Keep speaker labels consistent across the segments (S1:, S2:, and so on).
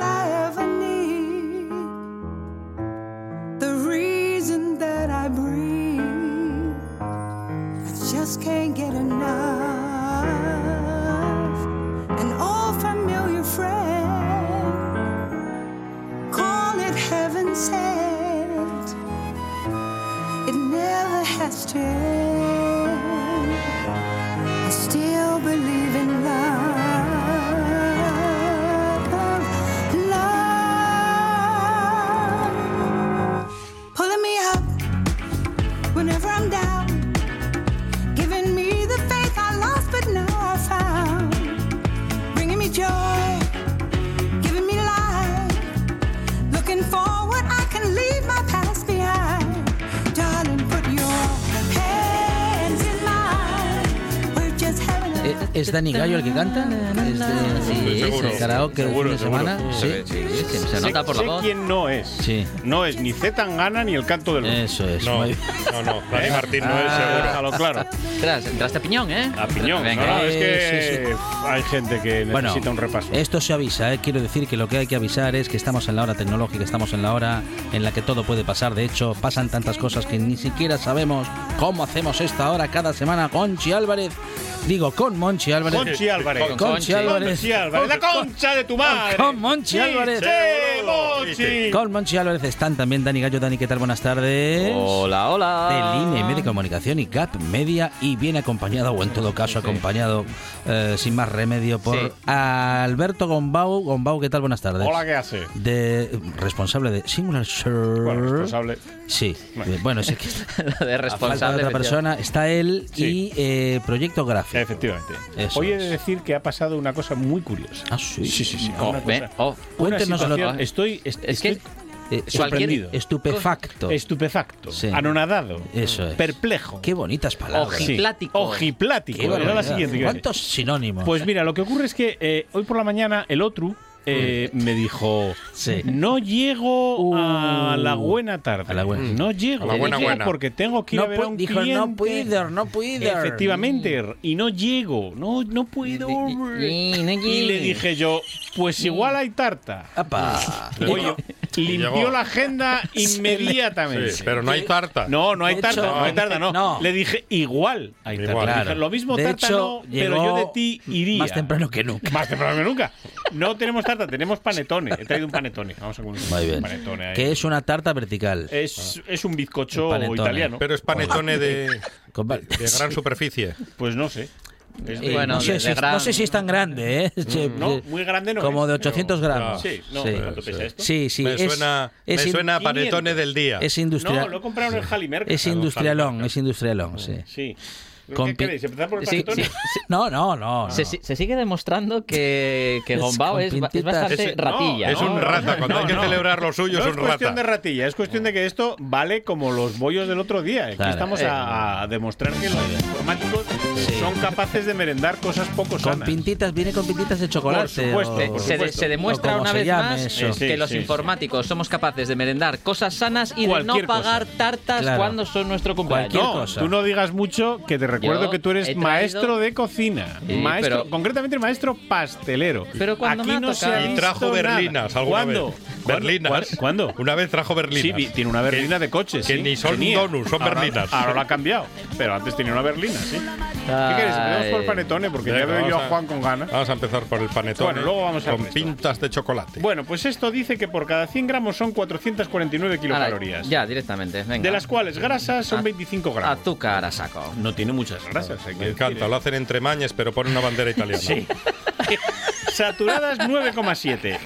S1: I ever need. The reason that I breathe, I just can't get enough. An old familiar friend, call it heaven sent. It never has to end. I still believe in love. Love pulling me up whenever I'm down, giving me the faith I lost but now I found, bringing me joy, giving me life, looking forward I can leave my past behind. Darling, put your hands in mine. We're just having a
S2: Eh, ¿Es Dani Gallo el que canta? ¿Es de,
S3: Sí,
S2: es el
S3: seguro.
S2: karaoke del fin de
S3: Seguro,
S2: semana? Sí,
S3: seguro.
S2: sí, sí, se
S4: Sé-
S2: nota por la
S4: sé
S2: voz.
S4: quién no es.
S2: Sí.
S4: No es ni Z Tangana ni el canto del loco.
S2: Eso es.
S3: No,
S2: muy-
S3: no, no. Dani
S5: ¿Eh?
S3: Martín no es
S4: Ah,
S3: seguro.
S4: déjalo claro.
S5: Ostras, entraste a piñón, ¿eh?
S4: A piñón.
S5: Venga,
S4: no, no,
S2: eh,
S4: es que hay gente que
S2: Bueno,
S4: necesita un repaso.
S2: esto se avisa, eh. quiero decir que lo que hay que avisar es que estamos en la hora tecnológica, estamos en la hora en la que todo puede pasar, de hecho pasan tantas cosas que ni siquiera sabemos cómo hacemos esta hora cada semana Conchi Álvarez, digo con Monchi Álvarez.
S4: Conchi Álvarez.
S2: Con
S5: Conchi.
S2: Conchi Álvarez.
S4: Conchi Álvarez, la concha de tu madre.
S2: Con Monchi Álvarez.
S4: Sí, Monchi.
S2: Con Monchi Álvarez están también Dani Gallo. Dani, ¿qué tal? Buenas tardes.
S5: Hola, hola.
S4: Ah.
S2: del INE, Medio de Comunicación y CAP Media y bien acompañado, o en todo caso acompañado, eh, sin más remedio, por
S5: Sí.
S2: Alberto Gombau. Gombau, ¿qué tal? Buenas tardes.
S4: Hola, ¿qué hace?
S2: De, responsable de Singular Search.
S4: Bueno, responsable.
S2: Sí,
S4: Bueno.
S2: eh, bueno, sí que
S5: Lo
S2: a
S5: de
S2: falta de
S5: responsable.
S2: otra persona está él y
S4: Sí.
S2: eh, Proyecto Gráfico.
S4: Efectivamente.
S2: Eso
S4: Hoy he de
S2: es.
S4: decir que ha pasado una cosa muy curiosa.
S2: Ah, sí. Este
S4: Sí, sí, sí.
S5: Oh,
S4: una
S5: ve,
S4: cosa-
S5: oh.
S4: Una
S2: Cuéntenoslo.
S4: situación-
S5: Ah.
S4: Estoy, est-
S5: Es que-
S4: estoy
S2: Eh,
S4: sorprendido.
S2: estupefacto.
S4: estupefacto,
S2: Sí.
S4: anonadado,
S2: Eso es.
S4: perplejo.
S2: Qué bonitas palabras.
S4: Sí.
S5: Ojiplático.
S2: Qué
S4: Ojiplático. Era la
S2: barbaridad.
S4: siguiente. que iba a decir.
S2: ¿Cuántos sinónimos?
S4: Pues mira, lo que ocurre es que eh, hoy por la mañana el otro eh, me dijo,
S2: Mm. Sí. Uh.
S4: no llego a la buena tarde.
S2: A la buena.
S4: No llego,
S3: A la buena,
S4: Digo,
S3: buena.
S4: porque tengo que ir
S2: No
S4: a ver
S2: pu-
S4: a un
S2: dijo,
S4: cliente.
S2: no puedo, no puedo.
S4: Efectivamente, y no llego, no, no puedo.
S5: Y- y- y- no
S4: Y le
S5: llego.
S4: dije yo, pues igual hay tarta.
S2: Apa.
S4: Oye, limpió
S3: Llegó.
S4: la agenda inmediatamente.
S3: Sí, pero no hay tarta.
S4: No, no hay
S2: De hecho,
S4: tarta, no hay tarta, no.
S2: no.
S4: Le dije, igual hay tarta.
S3: Igual.
S4: Le dije,
S2: Claro.
S4: lo mismo
S2: De
S4: tarta
S2: hecho,
S4: no, pero yo de
S2: llegó
S4: ti iría.
S2: Más temprano que nunca.
S4: Más temprano que nunca. No tenemos tarta, tenemos panetone. He traído un panetone. Vamos a comer un
S2: Muy bien.
S4: panetone ahí.
S2: Que es una tarta vertical.
S4: Es, es un bizcocho
S2: El panetone.
S4: italiano.
S3: Pero es panetone de, de
S2: Con-
S3: gran superficie.
S4: Pues no sé. Es de- Mm,
S2: Eh,
S5: Bueno,
S2: no, sé
S5: de-
S2: si,
S5: de
S2: es-
S5: gran-
S2: no sé si es tan grande, ¿eh? Che,
S4: no, muy grande no.
S2: como
S4: es. Ah,
S2: de 800 gramos.
S4: Sí, no, ¿cuánto pesa esto?
S2: Sí, sí.
S3: me
S2: es,
S3: suena,
S2: es
S3: me
S2: in-
S3: suena a panetone
S4: 500.
S3: del día.
S2: es
S4: No,
S2: industrial.
S4: lo he comprado en el Halimerca.
S2: es industrialón, es industrialón, sí.
S4: Sí.
S2: Con
S4: ¿Qué
S2: pi-
S4: queréis? ¿Empezar por el
S5: Sí,
S4: panetone?
S5: sí.
S2: No, no, no. no.
S5: Se, si- se sigue demostrando que, que
S2: Es
S5: Gombao
S2: con
S5: es, ba- es
S2: pintitas.
S5: bastante
S3: Es- no,
S5: ratilla.
S3: es
S5: ¿no?
S3: un rata. Cuando
S4: no,
S3: hay que
S4: no.
S3: celebrar lo
S4: No
S3: suyo, es
S4: es
S3: un
S4: cuestión de
S3: rata.
S4: ratilla, es cuestión de que esto vale como los bollos del otro día. Aquí
S2: Claro.
S4: estamos
S5: Eh.
S4: a, a demostrar que los informáticos son capaces de merendar cosas poco
S2: Con
S4: sanas.
S2: pintitas, viene con pintitas de chocolate.
S4: Por supuesto,
S2: o-
S5: Se,
S4: por
S5: de- se
S4: supuesto.
S2: O
S5: demuestra
S2: como
S5: una
S2: se
S5: vez
S2: llame
S5: más
S2: eso.
S5: eh,
S4: Sí,
S5: que
S4: sí,
S5: los
S4: sí,
S5: informáticos somos capaces de merendar cosas sanas y de
S4: Cualquier
S5: no pagar
S4: cosa.
S5: tartas
S2: Claro.
S5: cuando son nuestro cumpleaños.
S2: Cualquier
S4: no,
S2: cosa.
S4: tú no digas mucho, que te recuerdo que tú
S5: he
S4: eres
S5: traído-
S4: maestro de cocina.
S5: Sí,
S4: maestro,
S5: pero-
S4: concretamente maestro pastelero.
S5: Pero cuando
S4: Aquí
S5: me ha
S4: no se ha
S5: tocado-
S3: Y
S4: visto
S3: trajo
S4: nada.
S3: berlinas alguna
S4: ¿Cuándo?
S3: vez.
S4: ¿Cuándo?
S3: Berlinas.
S4: ¿Cuándo?
S3: Una vez trajo berlinas.
S4: Sí, vi- tiene una berlina de coches.
S3: que ni son donuts, son berlinas.
S4: Ahora lo ha cambiado, pero antes tenía una berlina, sí. ¿Qué queréis? Empezamos por el panetone, porque ya
S3: Venga,
S4: veo yo
S3: vamos
S4: a Juan con ganas.
S3: Vamos a empezar por el panetone.
S4: Bueno, luego vamos al
S3: Con
S4: resto.
S3: pintas de chocolate.
S4: Bueno, pues esto dice que por cada 100 gramos son 449
S5: Ahora,
S4: kilocalorías.
S5: ya, directamente. Venga.
S4: De las cuales grasas son
S5: Ah,
S4: 25 gramos.
S5: Azúcar a saco.
S4: No tiene muchas grasas. hay que
S3: Me
S4: decir,
S3: encanta,
S4: ¿eh?
S3: lo hacen entre mañes, pero ponen una bandera italiana.
S4: Sí. Saturadas 9,7.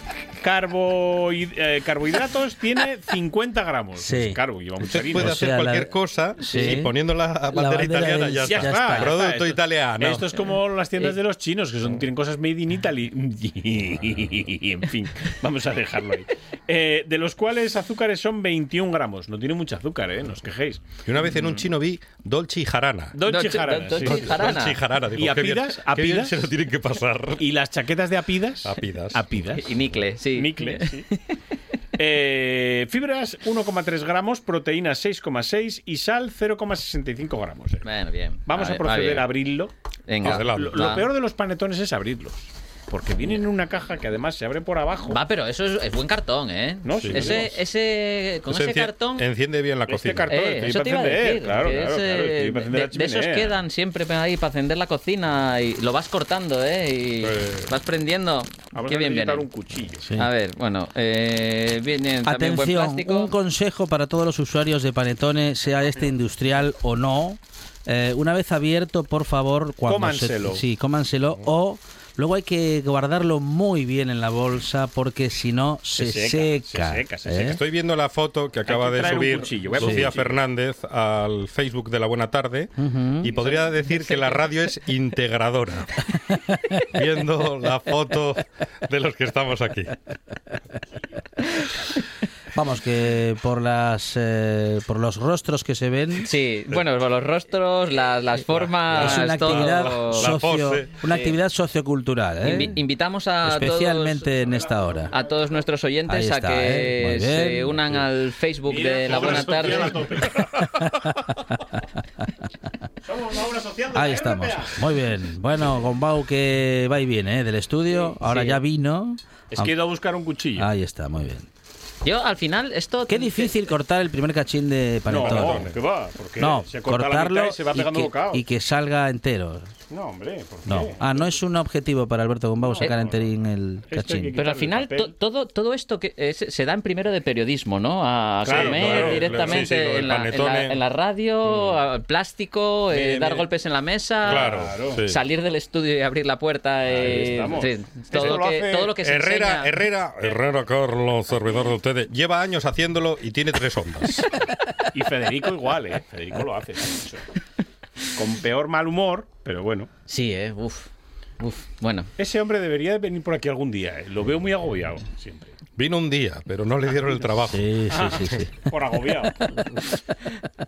S4: Carbohid- eh, carbohidratos tiene 50 gramos.
S2: Sí.
S4: Es carbo, lleva mucha
S3: Usted
S4: harina.
S3: puede
S2: O
S3: hacer
S2: sea, la-
S3: cualquier cosa
S2: Sí.
S3: y poniendo la bandera,
S2: bandera
S3: italiana
S2: del-
S3: ya,
S2: ya
S3: está.
S2: está, ya
S3: Producto
S4: Esto-
S3: italiano.
S4: Esto es como las tiendas de los chinos, que son, tienen cosas made in Italy. en fin, vamos a dejarlo ahí. Eh, de los cuales azúcares son 21 gramos. No tiene mucho azúcar, ¿eh? No os quejéis.
S3: Y una vez en un chino vi Dolce y Jarana.
S4: Dolce
S5: Dolce-
S4: Jarana,
S5: Dolce
S4: sí.
S5: y Jarana.
S3: Dolce y Jarana. digo,
S4: ¿Y
S3: qué bien-
S4: Apidas? ¿Apidas?
S3: qué bien se lo tienen que pasar.
S4: Y las chaquetas de Apidas.
S3: Apidas.
S4: Apidas.
S5: Y Micle, sí.
S4: Micle, sí. Eh, fibras 1,3 gramos, proteínas 6,6 y sal 0,65 gramos. eh.
S5: Bueno, bien.
S4: Vamos a
S5: ver, va
S4: proceder
S5: bien.
S4: a abrirlo.
S5: Venga.
S3: Adelante.
S4: Lo, lo
S5: Va.
S4: peor de los panetones es abrirlos. Porque vienen en una caja que además se abre por abajo.
S5: Va, pero eso es, es buen cartón, ¿eh?
S4: No, sí,
S5: ese,
S4: sí.
S5: ese, con
S3: Ese
S5: ese
S3: enci-
S5: cartón.
S3: Enciende bien la
S4: Este
S3: cocina.
S4: cartón
S5: Eh,
S4: estoy
S5: eso te iba a
S4: para encender,
S5: decir.
S4: claro,
S5: que
S4: claro,
S5: ese-
S4: claro, estoy para encender
S5: de,
S4: la
S5: de esos
S4: chimenea.
S5: quedan siempre ahí para encender la cocina y lo vas cortando, ¿eh? Y
S4: Pues-
S3: Eh.
S5: vas prendiendo.
S4: Vamos
S5: Qué
S4: a
S5: bien
S4: necesitar
S5: viene.
S4: un cuchillo.
S2: Sí.
S5: A ver, bueno, eh, viene también buen
S2: Atención,
S5: plástico.
S2: un consejo para todos los usuarios de panetones, sea este industrial o no. Eh, una vez abierto, por favor, cuando
S4: Cómanselo.
S2: Se, sí, cómanselo o luego hay que guardarlo muy bien en la bolsa porque si no se,
S4: Se
S2: seca. ¿eh?
S4: seca, se seca, se seca.
S3: Estoy viendo la foto que acaba
S4: que
S3: de
S4: traer un
S3: subir
S4: cuchillo, voy a
S3: Lucía
S4: poner un cuchillo.
S3: Fernández al Facebook de la Buena Tarde y podría decir que la radio es integradora. viendo la foto de los que estamos aquí.
S2: Vamos que por las eh, por los rostros que se ven
S5: Sí, bueno, pues los rostros, las, las formas,
S2: es una
S5: Ah, todo.
S2: actividad
S3: La
S2: socio,
S3: pose.
S2: una actividad sociocultural, ¿eh?
S5: Invi- invitamos a
S2: especialmente
S5: todos,
S2: en esta hora.
S5: a todos nuestros oyentes
S2: Ahí está,
S5: a
S2: ¿eh?
S5: que
S2: Muy
S5: se
S2: bien.
S5: unan al Facebook de La Buena Tarde.
S4: Somos la obra social de
S2: Ahí
S4: la
S2: estamos.
S4: RPA.
S2: Muy bien. Bueno, Gombau que va y viene ¿eh? del estudio. Ahora
S5: sí.
S2: ya vino.
S4: Es que he ido a buscar un cuchillo.
S2: Ahí está, muy bien.
S5: Yo al final esto...
S2: Qué difícil cortar el primer cachín de
S4: no,
S2: panetón.
S4: no, que va. Porque
S2: No,
S4: se corta la
S2: cortarlo
S4: mitad y se va
S2: y
S4: pegando
S2: que,
S4: bocado.
S2: y que salga entero.
S4: No, hombre, ¿por qué?
S2: No. Ah, no es un objetivo para Alberto Gombau sacar enterín el
S4: Esto hay que
S2: cachín.
S4: quitar.
S5: Pero pues al
S4: el
S5: final
S4: papel.
S5: to- todo, todo esto que eh, se se da en primero de periodismo, ¿no? A
S4: Claro,
S5: comer
S4: claro, claro,
S5: directamente
S3: sí, sí, lo
S5: en,
S3: del
S5: la, en la-
S3: panetone.
S5: en la radio, a- plástico, eh,
S3: Mire,
S5: dar
S3: mire.
S5: golpes en la mesa,
S3: Claro, sí.
S5: salir del estudio y abrir la puerta, eh,
S4: estamos.
S5: sí,
S4: Esto
S5: todo,
S4: lo
S5: lo que,
S4: hace
S5: todo lo que se
S3: Este Herrera,
S5: enseña.
S3: Herrera, Herrera Carlos, servidor de ustedes, lleva años haciéndolo y tiene tres ondas.
S4: Y Federico igual, ¿eh? Federico lo hace. mucho. Con peor mal humor, pero bueno.
S5: Sí, eh, uf, uf, bueno.
S4: Ese hombre debería venir por aquí algún día. ¿eh? Lo veo muy agobiado siempre.
S3: Vino un día, pero no le dieron el trabajo.
S2: Sí,
S4: Ah,
S2: sí, sí. sí.
S4: Por agobiado.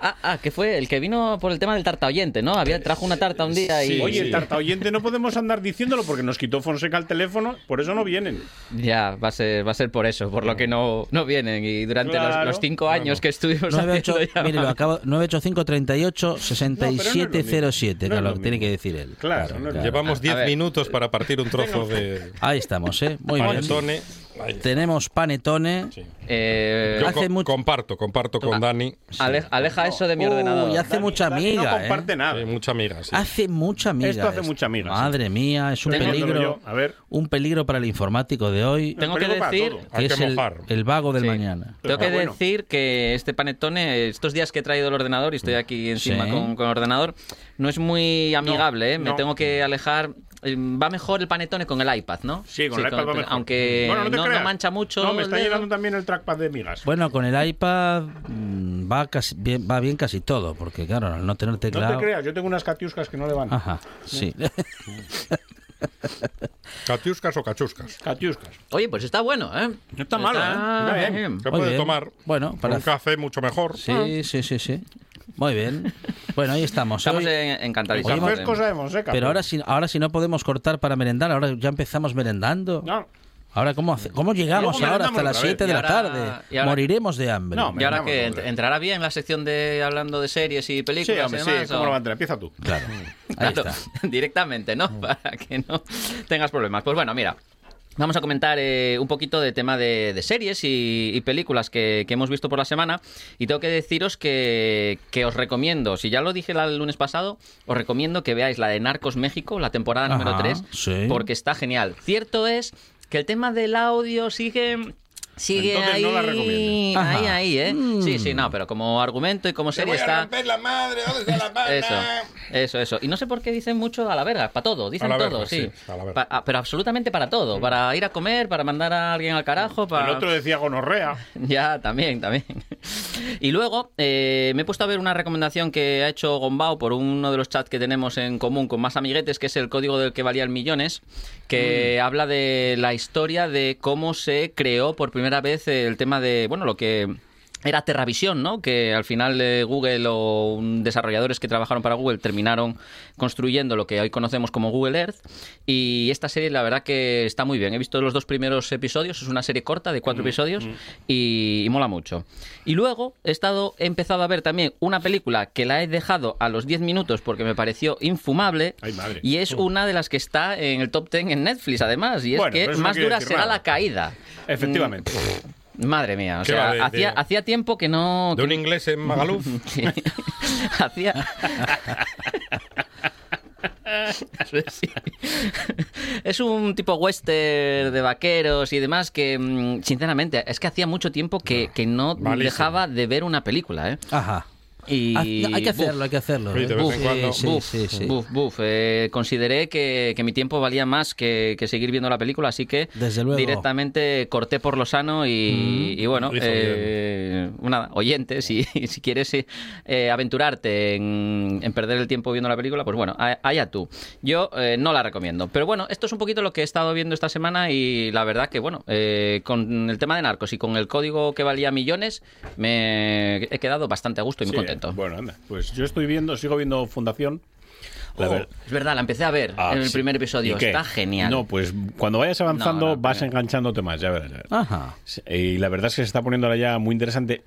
S5: Ah, ah, que fue el que vino por el tema del tarta oyente, ¿no? Había trajo una tarta un día y
S4: Oye, el tarta oyente no podemos andar diciéndolo porque nos quitó Fonseca el teléfono, por eso no vienen.
S5: ya va a ser va a ser por eso, por lo que no, no vienen y durante los-
S4: Claro.
S5: los, cinco años que estuvimos haciendo
S2: 98,
S5: ya-
S2: mírelo, acabo, 985 38 6707,
S4: No, pero no es
S2: claro,
S4: lo mismo. No es lo
S2: lo que tiene
S4: mismo.
S2: que decir él.
S4: Claro, no es lo
S3: Llevamos
S5: A ver.
S3: 10 minutos para partir un trozo de
S2: Ahí estamos, ¿eh? Muy bien.
S3: panetone. Ahí.
S2: Tenemos panetone.
S5: Eh,
S3: Yo
S2: Hace
S3: co-
S2: mucho-
S3: comparto, comparto con
S5: Ah.
S3: Dani.
S5: ale- aleja eso de mi
S2: Uy,
S5: ordenador.
S2: Oh, hace mucha
S4: Dani
S2: amiga,
S4: No
S2: ¿eh?
S4: comparte nada.
S3: Sí, mucha amiga, sí.
S2: Hace mucha miga.
S4: Esto hace
S2: esto.
S4: mucha miga, sí.
S2: Madre mía, es un
S4: Estoy
S2: peligro.
S4: viéndolo yo, a ver.
S2: Un peligro para el informático de hoy,
S4: Tengo
S5: Tengo que
S4: peligro para
S5: decir
S4: todo.
S2: que
S3: Hay
S2: es
S3: que
S2: el,
S3: mojar.
S2: el vago del
S5: Sí.
S2: mañana.
S5: Tengo
S4: Ah,
S5: que
S4: bueno.
S5: decir que este panetone, estos días que he traído el ordenador y estoy aquí encima
S2: Sí.
S5: con, con ordenador, no es muy amigable, ¿eh? Me
S4: Mm. no.
S5: tengo que alejar. Eh, Va mejor el panetone con el iPad, ¿no?
S4: Sí, con la iPad va mejor.
S5: Aunque
S4: Bueno,
S5: no,
S4: te
S5: no
S4: creas.
S5: mancha mucho.
S4: No, me está
S5: el dedo.
S4: llegando también el trackpad de migas.
S2: Bueno, con el iPad mm, va casi bien, va bien casi todo, porque claro, al no tener
S4: no
S2: teclado.
S4: te creas, yo tengo unas catiuscas que no le van.
S5: Ah.
S2: Ajá, sí.
S3: ¿Catiuscas o cachuscas?
S4: Catiuscas.
S5: Oye, pues está bueno, ¿eh?
S4: No está malo, ¿eh? Está bien.
S3: Se
S2: Muy
S3: puede
S2: bien.
S3: tomar
S2: Bueno, para
S3: un café mucho mejor.
S2: Sí, sí, sí, sí. Muy bien. Bueno, ahí estamos.
S5: Estamos
S2: Hoy-
S5: en-
S4: El
S5: encantadísimos.
S4: café es cosa de Monseca.
S2: Pero ahora si, ahora si no podemos cortar para merendar, ahora ya empezamos merendando.
S4: No,
S2: Ahora, ¿cómo, hace- cómo llegamos
S4: Luego
S2: ahora hasta
S4: merendamos
S2: las
S4: otra vez.
S2: 7 de
S5: Y
S2: la
S5: ahora-
S2: tarde?
S5: y ahora-
S2: Moriremos de hambre.
S4: No,
S5: Y ahora
S4: Vamos,
S5: que
S4: hombre.
S5: entrará bien la sección de hablando de series y
S4: sí,
S5: películas.
S4: hombre,
S5: y
S4: sí,
S5: demás,
S4: ¿cómo
S5: o-
S4: lo va a entrar? Empieza tú.
S2: Claro.
S4: Mm.
S2: Ahí
S5: Claro,
S2: está. Mm.
S5: directamente, ¿no? Para que no tengas problemas. Pues bueno, mira. Vamos a comentar eh, un poquito de tema de, de series y, y películas que, que hemos visto por la semana. Y tengo que deciros que, que os recomiendo, si ya lo dije el lunes pasado, os recomiendo que veáis la de Narcos México, la temporada número
S2: Ajá,
S5: 3,
S2: sí.
S5: porque está genial. Cierto es que el tema del audio sigue... Sigue
S4: Entonces
S5: ahí,
S4: no la
S5: ahí,
S4: recomiendes.
S2: Ajá. Mm.
S5: ahí, ¿eh? Sí, sí, no, pero como argumento y como serie está...
S3: la madre! ¿Dónde está la
S5: Eso, eso, eso. Y no sé por qué dicen mucho a la verga, para todo, dicen
S3: la verga,
S5: todo, sí.
S3: sí, a la verga.
S5: Pa- a- pero absolutamente para todo, para ir a comer, para mandar a alguien al carajo, para...
S4: El otro decía gonorrea.
S5: Mm, Ya, también, también. Y luego eh, me he puesto a ver una recomendación que ha hecho Gombao por uno de los chats que tenemos en común con más amiguetes, que es el código del que valían millones, que
S3: Mm.
S5: habla de la historia de cómo se creó por primera vez el tema de, bueno, lo que era Terravisión, ¿no? Que al final eh, Google o un- desarrolladores que trabajaron para Google terminaron construyendo lo que hoy conocemos como Google Earth. Y esta serie, la verdad que está muy bien. He visto los dos primeros episodios. Es una serie corta de
S4: Mm,
S5: cuatro episodios y, y mola mucho. Y luego he estado he empezado a ver también una película que la he dejado a los 10 minutos porque me pareció infumable.
S4: Ay, madre.
S5: Y es una de las que está en el top 10 en Netflix, además. Y es
S4: Bueno,
S5: que
S4: pero eso no
S5: más
S4: quiere
S5: dura
S4: decir
S5: será
S4: nada.
S5: la caída.
S4: Efectivamente.
S5: Madre mía, o
S3: ¿Qué
S5: sea,
S3: va de-
S5: hacía,
S3: de-
S5: hacía tiempo que no...
S3: De un inglés en Magaluf.
S5: Sí. hacía... Sí. Es un tipo western de vaqueros y demás que, mm, sinceramente, es que hacía mucho tiempo que, que no
S3: Malísimo.
S5: dejaba de ver una película. ¿eh?
S2: Ajá.
S5: Y,
S2: Haz- no, hay que hacerlo, hay que hacerlo.
S3: Sí,
S2: ¿eh?
S3: de vez en
S2: Sí,
S3: cuando.
S2: sí,
S5: Buf,
S2: sí, sí.
S5: buf, buf. Eh, consideré que, que mi tiempo valía más que, que seguir viendo la película, así que
S2: Desde luego. Mm.
S5: directamente corté por lo sano y, y bueno,
S3: Hizo
S5: eh, nada, oyente, si, si quieres eh, eh, aventurarte en, en perder el tiempo viendo la película, pues bueno, a- allá tú. Yo eh, no la recomiendo. Pero bueno, esto es un poquito lo que he estado viendo esta semana y la verdad que bueno, eh, con el tema de narcos y con el código que valía millones, me he quedado bastante a gusto y muy
S4: Sí,
S5: contento.
S4: eh. Bueno, anda. Pues yo estoy viendo, sigo viendo Fundación. La
S5: Oh,
S4: ver-
S5: es verdad, la empecé a ver
S4: Ah,
S5: en el
S4: sí.
S5: primer
S4: ¿Y
S5: episodio.
S4: qué?
S5: Está genial.
S4: No, pues cuando vayas avanzando
S5: No, no,
S4: vas
S5: pero-
S4: enganchándote más, ya verás. ya verás.
S2: Ajá.
S4: Sí, Y la verdad es que se está poniendo ahora ya muy interesante.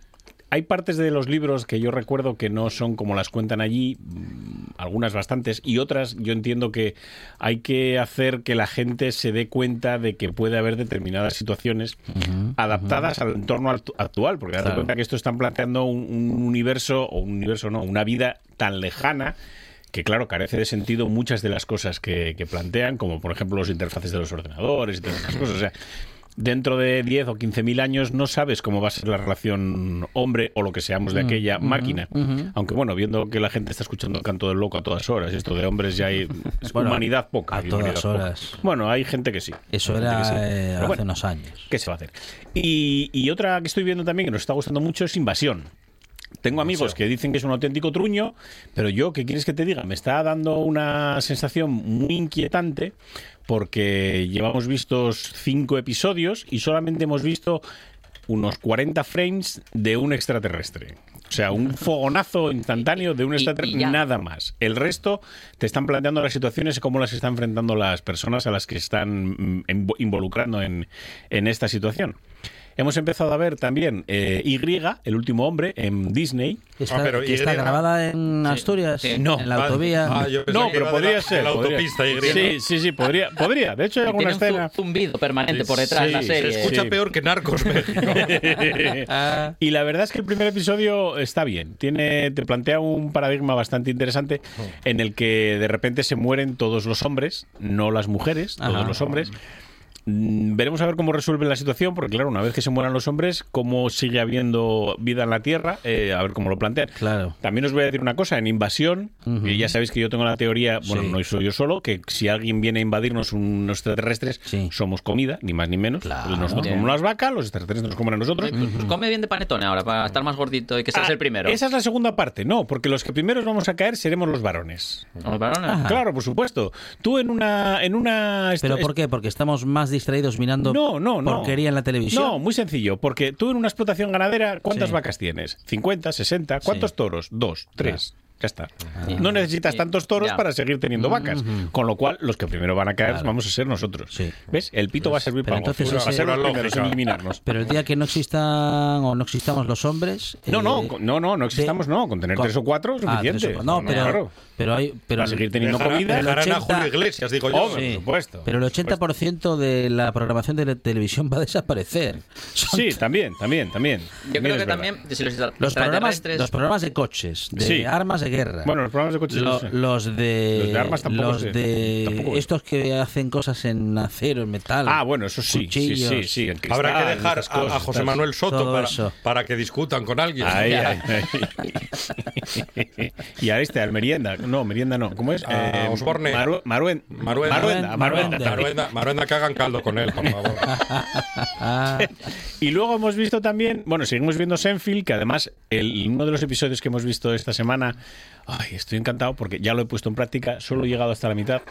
S4: Hay partes de los libros que yo recuerdo que no son como las cuentan allí, mm, algunas bastantes, y otras yo entiendo que hay que hacer que la gente se dé cuenta de que puede haber determinadas situaciones adaptadas al entorno actu- actual, porque date
S2: Claro.
S4: cuenta que esto están planteando un, un universo, o un universo no, una vida tan lejana que claro, carece de sentido muchas de las cosas que, que plantean, como por ejemplo los interfaces de los ordenadores y todas esas cosas. O sea, dentro de 10 o 15 mil años no sabes cómo va a ser la relación hombre o lo que seamos
S2: Mm,
S4: de aquella máquina. Aunque bueno, viendo que la gente está escuchando el canto del loco a todas horas, y esto de hombres ya hay es
S2: Bueno,
S4: humanidad poca.
S2: a
S4: hay
S2: todas
S4: humanidad
S2: horas.
S4: poca. Bueno, hay gente que sí.
S2: Eso
S4: Hay gente
S2: era
S4: que sí.
S2: eh,
S4: Pero
S2: hace
S4: bueno,
S2: unos años.
S4: ¿Qué se va a hacer? Y, y otra que estoy viendo también que nos está gustando mucho es Invasión. Tengo amigos que dicen que es un auténtico truño, pero yo, ¿qué quieres que te diga? Me está dando una sensación muy inquietante porque llevamos vistos cinco episodios y solamente hemos visto unos 40 frames de un extraterrestre. O sea, un fogonazo instantáneo de un
S5: Y- y
S4: extraterrestre,
S5: ya.
S4: nada más. El resto te están planteando las situaciones y cómo las están enfrentando las personas a las que están mm, invo- involucrando en, en esta situación. Hemos empezado a ver también eh, Y, el último hombre, en Disney.
S2: Está,
S3: Ah, pero
S2: que
S3: y este
S2: está
S3: era-
S2: grabada en Asturias,
S5: sí.
S2: en la
S3: Ah,
S2: autovía.
S3: ah, yo pensaba
S4: No, pero
S3: que era de la-
S4: podría ser.
S3: De la
S4: podría.
S3: autopista Y.
S4: Sí, sí, sí, podría. podría. De hecho, hay
S5: Y
S4: alguna
S5: tiene un
S4: escena.
S5: zu- zumbido permanente por detrás
S4: Sí,
S5: la
S4: se
S5: serie.
S4: escucha
S3: Escucha
S4: Sí.
S3: peor que Narcos México.
S2: Ah.
S4: y la verdad es que el primer episodio está bien. Tiene, te plantea un paradigma bastante interesante en el que de repente se mueren todos los hombres, no las mujeres, todos
S2: Ajá.
S4: los hombres. Mm, Veremos a ver cómo resuelven la situación, porque claro, una vez que se mueran los hombres, cómo sigue habiendo vida en la Tierra, eh, a ver cómo lo plantean.
S2: Claro.
S4: También os voy a decir una cosa, en invasión, que ya sabéis que yo tengo la teoría, bueno,
S2: Sí.
S4: no soy yo solo, que si alguien viene a invadirnos unos extraterrestres,
S2: Sí.
S4: somos comida, ni más ni menos.
S2: Claro.
S4: Nosotros
S5: Bien.
S4: comemos las vacas, los extraterrestres nos comen a nosotros.
S5: Pues- pues come bien de panetone ahora para estar más gordito y que seas
S4: Ah,
S5: el primero.
S4: Esa es la segunda parte, no, porque los que primeros vamos a caer seremos los varones.
S5: Los varones.
S4: Claro, por supuesto. Tú en una... En una
S2: Ah. ¿Pero
S3: este
S2: por qué? ¿Porque estamos más distraídos mirando
S4: No, no, no.
S2: porquería en la televisión?
S4: No, muy sencillo, porque tú en una explotación ganadera, ¿cuántas
S2: Sí.
S4: vacas tienes? ¿50, 60? ¿Cuántos
S2: Sí. Ah.
S4: toros? Dos, tres. Ya está. No necesitas
S5: Sí.
S4: tantos toros
S5: Ya.
S4: para seguir
S2: Mm-hmm.
S4: teniendo vacas. Con lo cual, los que primero van a caer vamos a ser nosotros.
S2: Sí. Pues,
S4: ¿Ves? El pito va a servir
S2: pero
S4: para,
S2: entonces
S4: algo.
S2: ese-
S4: Para ser los
S3: Pura
S4: primeros en
S3: lógica.
S4: eliminarnos.
S2: Pero el día que no existan o no existamos los hombres.
S4: No,
S2: eh,
S4: no, con- no, no, no existamos, no. Con tener tres o cuatro es
S2: Ah,
S4: suficiente.
S2: tres o- no, pero,
S4: Claro.
S2: pero hay. Pero,
S4: Para seguir teniendo
S3: Dejarán-
S4: comida.
S3: Dejarán a
S2: 80.
S3: Julio Iglesias, digo yo.
S4: Oh, por
S2: sí.
S4: supuesto.
S2: pero el 80% de la programación de la televisión va a desaparecer. Son
S4: Sí, también, también, también.
S5: Yo creo
S4: es
S5: que
S4: verdad.
S5: también si los
S2: Los programas,
S5: extraterrestres-
S2: los programas de coches, de
S4: Sí.
S2: armas de guerra.
S4: Bueno, los programas de coches.
S2: Lo-
S4: no sé.
S2: los de
S4: Los de armas tampoco
S2: los
S4: sé.
S2: de
S4: Tampoco sé.
S2: estos que hacen cosas en acero, en metal.
S4: Ah, bueno, eso sí. Sí,
S2: cuchillos.
S4: sí, sí. el
S3: Habrá
S4: cristal,
S3: que dejar
S4: esas
S3: a, a
S4: Ah, cosas.
S3: José Manuel Soto
S2: Todo
S3: para,
S2: eso.
S3: para que discutan con alguien.
S4: Ahí, ahí, ahí. y a este, al Merienda. No, Merienda no. ¿Cómo es? Eh,
S3: A Osborne.
S4: Maru- Maruen-
S3: Maruenda,
S4: Maruenda, Maruenda.
S3: Maruenda, Maruenda, que hagan caldo con él, por favor.
S4: Y luego hemos visto también, bueno, seguimos viendo Senfield, que además el, uno de los episodios que hemos visto esta semana, ay, estoy encantado porque ya lo he puesto en práctica, solo he llegado hasta la mitad.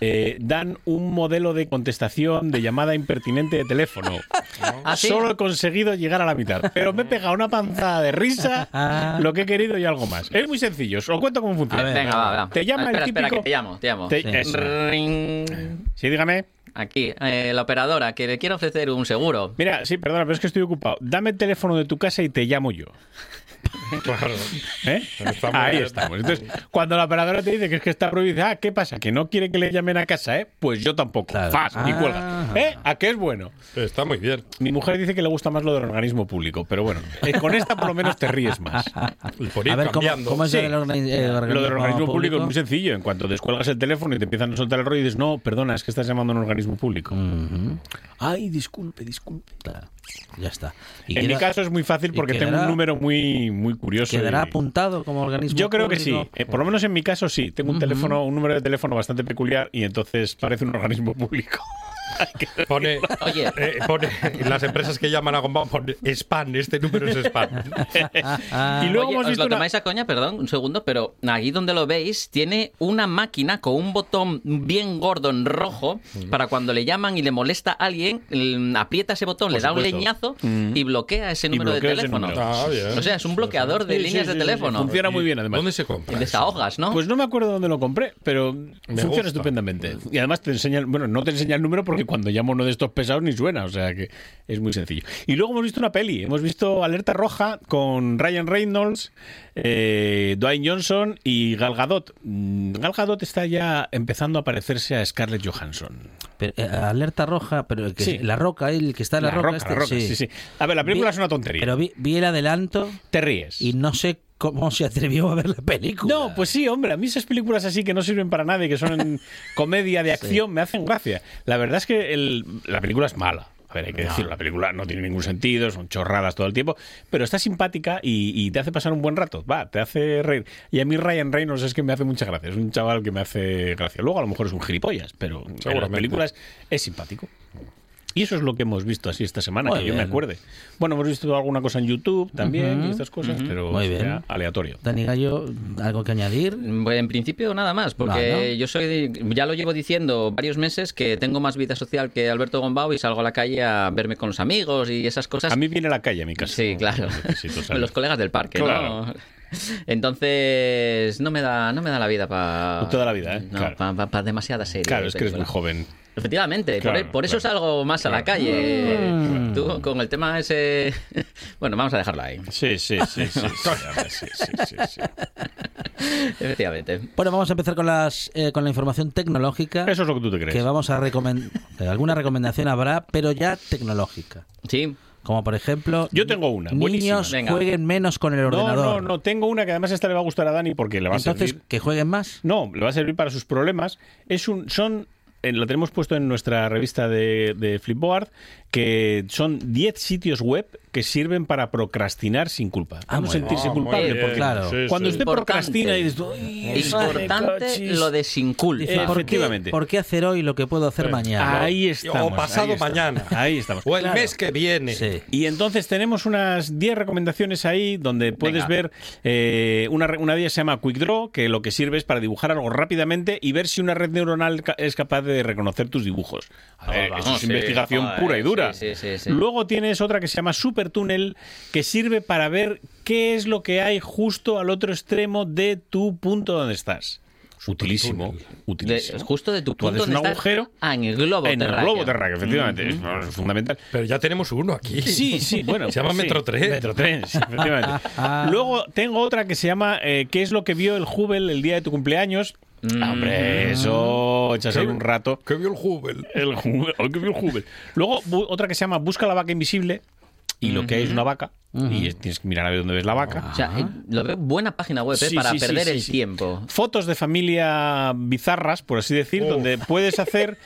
S4: eh, dan un modelo de contestación de llamada impertinente de teléfono.
S5: ¿Ah, sí?
S4: Solo he conseguido llegar a la mitad, pero me he pegado una panzada de risa, lo que he querido y algo más. Es muy sencillo, os lo cuento cómo funciona.
S2: ver,
S5: Ah. Venga, va, va.
S4: Te llama
S5: espera,
S4: el
S5: Espera,
S4: típico-
S5: que te llamo, te llamo.
S4: Te-
S5: Sí.
S4: eso.
S5: Ring.
S4: Sí, dígame.
S5: Aquí, eh, la operadora, que le quiero ofrecer un seguro.
S4: Mira, sí, perdona, pero es que estoy ocupado. Dame el teléfono de tu casa y te llamo yo.
S3: Claro.
S4: ¿Eh?
S3: Estamos-
S4: Ahí estamos. Entonces, cuando la operadora te dice que es que está prohibida, ah, ¿qué pasa? Que no quiere que le llamen a casa, ¿eh? Pues yo tampoco.
S2: Claro.
S4: Fas, y
S2: Ah.
S4: cuelga. ¿Eh? ¿A qué es bueno?
S3: Está muy bien.
S4: Mi mujer dice que le gusta más lo del organismo público, pero bueno, eh, con esta por lo menos te ríes más.
S3: Y Por ir
S2: A ver, ¿cómo,
S3: cambiando.
S2: cómo es
S4: Sí.
S2: lo del organi- el
S4: Lo del organismo público es muy
S2: público?
S4: sencillo. En cuanto descuelgas el teléfono y te empiezan a soltar el rollo, dices, no, perdona, es que estás llamando a un organismo público.
S2: Ujú. Ay, disculpe, disculpe. Claro, ya está. Y
S4: en mi
S2: queda-
S4: caso es muy fácil
S2: y
S4: porque tengo
S2: quedará-
S4: un número muy, muy curioso.
S2: ¿Quedará
S4: y-
S2: apuntado como organismo
S4: Yo creo que sí.
S2: público?
S4: Eh, por lo menos en mi caso sí. Tengo un teléfono, un número de teléfono bastante peculiar y entonces parece un organismo público.
S3: Pone,
S5: Oye.
S3: eh, pone las empresas que llaman a Gombao, pone spam, este número es spam.
S2: Ah,
S4: y luego
S5: Oye,
S4: hemos
S5: os
S4: visto
S5: lo
S4: una-
S5: tomáis a coña, perdón, un segundo, pero ahí donde lo veis tiene una máquina con un botón bien gordo en rojo para cuando le llaman y le molesta a alguien, mm, aprieta ese botón,
S4: Por
S5: le da
S4: supuesto.
S5: un leñazo y bloquea ese número
S4: bloquea
S5: de
S4: ese
S5: teléfono.
S4: número.
S3: Ah, bien.
S5: O sea, es un bloqueador de
S4: Sí, sí,
S5: líneas
S4: sí, sí,
S5: de teléfono.
S4: Funciona muy bien, además.
S3: ¿Dónde se compra? Ah,
S5: Desahogas,
S2: ¿Ah?
S5: ¿no?
S4: Pues no me acuerdo dónde lo compré, pero funciona
S3: gusta.
S4: estupendamente. Y además te enseña, el- bueno, no te enseña el número porque cuando llamo uno de estos pesados ni suena, o sea que es muy sencillo. Y luego hemos visto una peli, hemos visto Alerta Roja con Ryan Reynolds, eh, Dwayne Johnson y Gal Gadot. Mm, Gal Gadot está ya empezando a parecerse a Scarlett Johansson.
S2: Pero, eh, alerta roja, pero el que-
S4: Sí.
S2: la roca, el que está en la,
S4: La
S2: roca.
S4: Roca,
S2: este,
S4: La Roca, sí, sí. A ver, la película
S2: Vi-
S4: es una tontería.
S2: Pero vi, vi el adelanto
S4: Te ríes.
S2: y no sé cómo se atrevió a ver la película.
S4: No, pues sí, hombre, a mí esas películas así que no sirven para nada y que son en comedia de acción me hacen gracia. La verdad es que el- la película es mala. A ver, hay que decirlo, la película no tiene ningún sentido, son chorradas todo el tiempo, pero está simpática y, y te hace pasar un buen rato, va, te hace reír. Y a mí Ryan Reynolds es que me hace mucha gracia, es un chaval que me hace gracia. Luego a lo mejor es un gilipollas, pero en las
S3: Seguramente.
S4: películas es simpático. Y eso es lo que hemos visto así esta semana,
S2: Muy
S4: que yo me
S2: bien.
S4: acuerde. Bueno, hemos visto alguna cosa en YouTube también y estas cosas, pero
S2: Muy
S4: o sea,
S2: bien.
S4: aleatorio.
S2: Dani Gallo, ¿algo que añadir?
S5: Pues, en principio nada más, porque
S2: Nada.
S5: yo soy, ya lo llevo diciendo varios meses que tengo más vida social que Alberto Gombao y salgo a la calle a verme con los amigos y esas cosas.
S4: A mí viene la calle a mi casa.
S5: Sí, claro.
S4: Necesito salir.
S5: Los colegas del parque,
S4: Claro.
S5: ¿no? Entonces, no me da, no me da la vida para.
S4: No te da la vida, ¿eh? Claro.
S5: para demasiada serie.
S4: Claro, es que eres muy joven.
S5: Efectivamente, por- e,
S4: Claro,
S5: por, eso
S4: claro.
S5: salgo más a la
S4: Claro. Mm.
S5: calle. Tú con el tema ese. Bueno, vamos a dejarlo ahí.
S4: Sí, sí, sí, sí. sí, ahora sí, sí, sí, sí.
S5: Efectivamente.
S2: Bueno, vamos a empezar con, las, eh, con la información tecnológica.
S4: Eso es lo que tú te crees.
S2: que vamos a recomendar. Alguna recomendación habrá, pero ya tecnológica.
S5: Sí.
S2: Como por ejemplo.
S4: Yo tengo una, buenísima.
S2: Niños
S5: Venga.
S2: jueguen menos con el
S4: No,
S2: ordenador.
S4: no, no. Tengo una que además esta le va a gustar a Dani porque le va a
S2: Entonces,
S4: servir.
S2: que jueguen más.
S4: No, le va a servir para sus problemas. Es un, son, eh, lo tenemos puesto en nuestra revista de, de Flipboard, que son 10 sitios web que sirven para procrastinar sin culpa.
S2: Ah,
S4: no
S2: muy bien.
S4: sentirse
S3: Ah, muy
S4: culpable.
S3: bien,
S4: Porque
S2: claro.
S3: sí,
S4: cuando
S3: sí.
S4: usted
S5: Importante.
S4: procrastina y dices, "Ay,
S5: Importante
S4: cochis".
S5: lo de sin culpa.
S4: Eh,
S2: ¿por, qué,
S4: efectivamente. Eh,
S2: por qué hacer hoy lo que puedo hacer mañana?
S4: Ahí estamos.
S3: o pasado
S4: ahí estamos.
S3: mañana.
S4: Ahí estamos.
S3: O el
S2: Claro.
S3: mes que viene.
S2: Sí.
S4: Y entonces tenemos unas 10 recomendaciones ahí donde puedes
S5: Venga.
S4: ver, eh, una, re- una de ellas se llama Quick Draw, que lo que sirve es para dibujar algo rápidamente y ver si una red neuronal ca- es capaz de reconocer tus dibujos. A ver,
S5: vamos,
S4: eso es
S5: sí,
S4: investigación
S5: joder,
S4: pura y dura.
S5: sí, sí, sí, sí.
S4: Luego tienes otra que se llama Super Túnel, que sirve para ver qué es lo que hay justo al otro extremo de tu punto donde estás. Utilísimo,
S5: De-
S4: utilísimo.
S5: justo de tu
S4: Tú
S5: punto
S4: haces
S5: donde
S4: un
S5: estás-
S4: agujero
S5: Ah, en el globo
S4: en el
S5: terráqueo.
S4: globo terráqueo, efectivamente. Es, es fundamental.
S3: Pero ya tenemos uno aquí.
S4: Sí, sí, bueno.
S3: Se llama
S4: sí.
S3: Metro 3.
S4: Metro Ah, 3, sí, efectivamente. Luego tengo otra que se llama eh, ¿Qué es lo que vio el Jubel el día de tu cumpleaños? Ah, Hombre, eso, echas ahí un rato.
S3: Que vio el Jubel.
S4: Mm. El Jubel, ay, ¿qué vio el Jubel? Luego bu- otra que se llama Busca la vaca invisible y lo que hay es una vaca y es- tienes que mirar a ver dónde ves la vaca.
S5: O sea, eh, lo veo buena página web eh,
S4: Sí,
S5: para
S4: sí, sí,
S5: perder
S4: sí,
S5: el
S4: sí.
S5: tiempo.
S4: Fotos de familia bizarras, por así decir,
S3: Uf.
S4: donde puedes hacer,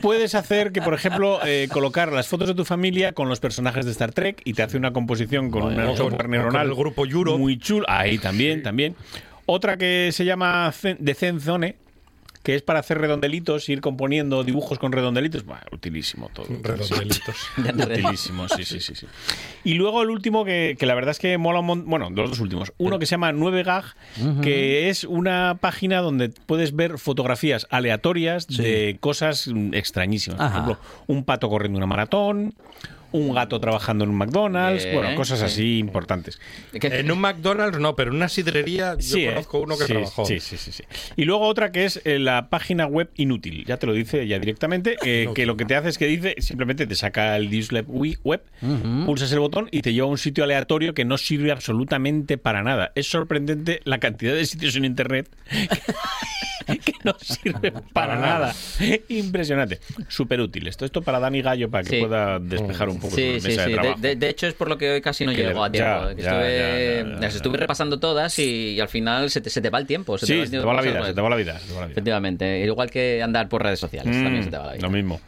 S4: puedes hacer que, por ejemplo, eh, colocar las fotos de tu familia con los personajes de Star Trek y te hace una composición con
S3: o
S4: una
S3: con-
S4: software
S3: o con
S4: neuronal
S3: el grupo Europe.
S4: muy chulo. Ahí también, también. Otra que se llama Zen- The Zen Zone, que es para hacer redondelitos, ir componiendo dibujos con redondelitos. Bueno, utilísimo todo.
S3: Redondelitos.
S4: Utilísimo, sí, sí, sí, sí. Y luego el último que, que la verdad es que mola un montón. Bueno, los dos últimos. Uno que se llama 9gag, que es una página donde puedes ver fotografías aleatorias de cosas mm, extrañísimas.
S2: Ajá.
S4: Por ejemplo, un pato corriendo una maratón, un gato trabajando en un McDonald's,
S5: Bien,
S4: bueno, cosas
S5: sí.
S4: así importantes.
S5: Que-
S3: En un McDonald's no, pero en una sidrería yo
S4: ¿eh?
S3: conozco uno que
S4: sí,
S3: trabajó.
S4: Sí, sí, sí, sí. Y luego otra que es eh, la página web inútil. Ya te lo dice ya directamente, eh,
S3: Ah,
S4: que lo que te hace es que dice, simplemente te saca el Dislab Web, pulsas el botón y te lleva a un sitio aleatorio que no sirve absolutamente para nada. Es sorprendente la cantidad de sitios en Internet que no sirve para nada. Impresionante. Súper útil. Esto, esto para Dani Gallo, para que
S5: Sí.
S4: pueda despejar un poco
S5: Sí,
S4: su
S5: sí,
S4: mesa
S5: sí.
S4: de
S5: De,
S4: trabajo.
S5: de- de hecho, es por lo que hoy casi no
S4: Que-
S5: llegó a
S4: ya,
S5: tiempo. ¿eh?
S4: ya,
S5: Estuve-
S4: ya, ya, ya,
S5: las
S4: ya.
S5: estuve repasando todas y, y al final se te, se te va el tiempo. Se te va
S4: Sí,
S5: el
S4: se te
S5: tiempo
S4: va la
S5: pasando
S4: vida,
S5: con
S4: se
S5: el-
S4: te va la vida. se te va la vida.
S5: Efectivamente, igual que andar por redes sociales, también se te va la
S4: Mm,
S5: vida.
S4: Lo mismo.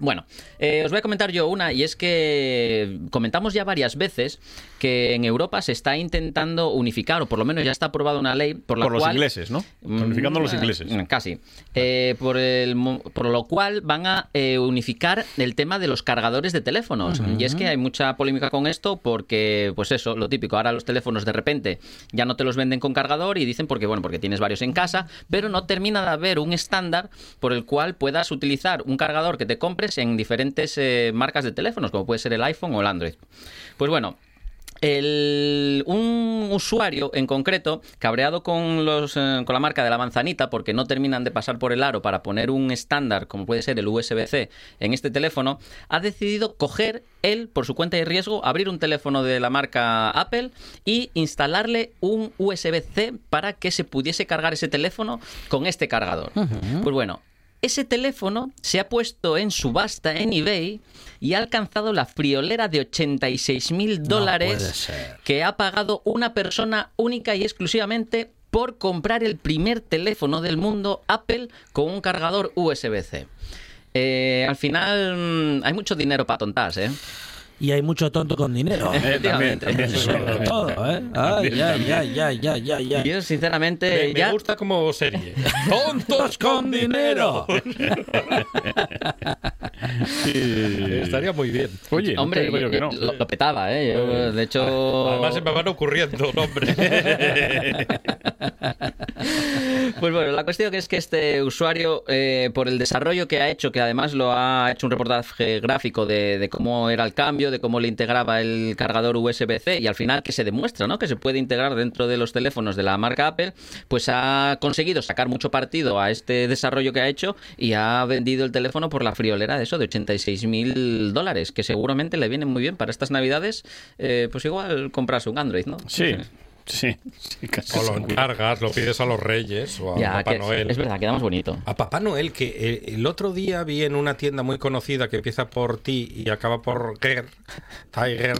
S5: Bueno, eh, os voy a comentar yo una y es que comentamos ya varias veces que en Europa se está intentando unificar, o por lo menos ya está aprobada una ley por la
S4: Por los
S5: cual-
S4: ingleses, ¿no?
S5: Mm,
S4: Unificando a los ingleses.
S5: eh, Casi. Eh, por, el, mo- por lo cual van a eh, unificar el tema de los cargadores de teléfonos. Y es que hay mucha polémica con esto porque, pues eso, lo típico, ahora los teléfonos de repente ya no te los venden con cargador y dicen porque, bueno, porque tienes varios en casa, pero no termina de haber un estándar por el cual puedas utilizar un cargador que te compres en diferentes eh, marcas de teléfonos, como puede ser el iPhone o el Android. Pues bueno, el- un usuario en concreto, cabreado con, los, eh, con la marca de la manzanita, porque no terminan de pasar por el aro para poner un estándar, como puede ser el USB-C, en este teléfono, ha decidido coger él, por su cuenta y riesgo, abrir un teléfono de la marca Apple y instalarle un USB-C para que se pudiese cargar ese teléfono con este cargador. Pues bueno, ese teléfono se ha puesto en subasta en eBay y ha alcanzado la friolera de 86 mil
S2: puede
S5: dólares
S2: ser.
S5: que ha pagado una persona única y exclusivamente por comprar el primer teléfono del mundo Apple con un cargador USB-C. Eh, al final mm, hay mucho dinero para tontas, ¿eh?
S2: Y hay mucho tonto con dinero.
S4: Eh, también, también.
S2: Sobre todo, ¿eh? Ay, ay, ay, ay, ay, ay, ay.
S5: Yo sinceramente
S3: Me, me
S5: Eh, ya
S3: gusta como serie.
S2: ¡Tontos con dinero!
S3: Estaría muy bien.
S4: Oye, no
S5: hombre
S4: te digo yo que no.
S5: lo, lo petaba, ¿eh? Yo, de hecho
S3: Además se me van ocurriendo nombres.
S5: Pues bueno, la cuestión que es que este usuario, eh, por el desarrollo que ha hecho, que además lo ha hecho un reportaje gráfico de, de cómo era el cambio, de cómo le integraba el cargador USB-C y al final que se demuestra, ¿no? Que se puede integrar dentro de los teléfonos de la marca Apple, pues ha conseguido sacar mucho partido a este desarrollo que ha hecho y ha vendido el teléfono por la friolera de eso, de 86 mil dólares, que seguramente le viene muy bien para estas navidades, eh, pues igual comprarse un Android, ¿no?
S4: Sí, sí, sí, casi
S3: o lo
S4: seguro.
S3: encargas, lo pides a los reyes o a
S5: Ya,
S3: Papá
S5: que-
S3: Noel.
S5: es verdad, quedamos bonito.
S3: A Papá Noel, que eh, el otro día vi en una tienda muy conocida que empieza por ti y acaba por Ger, Tiger,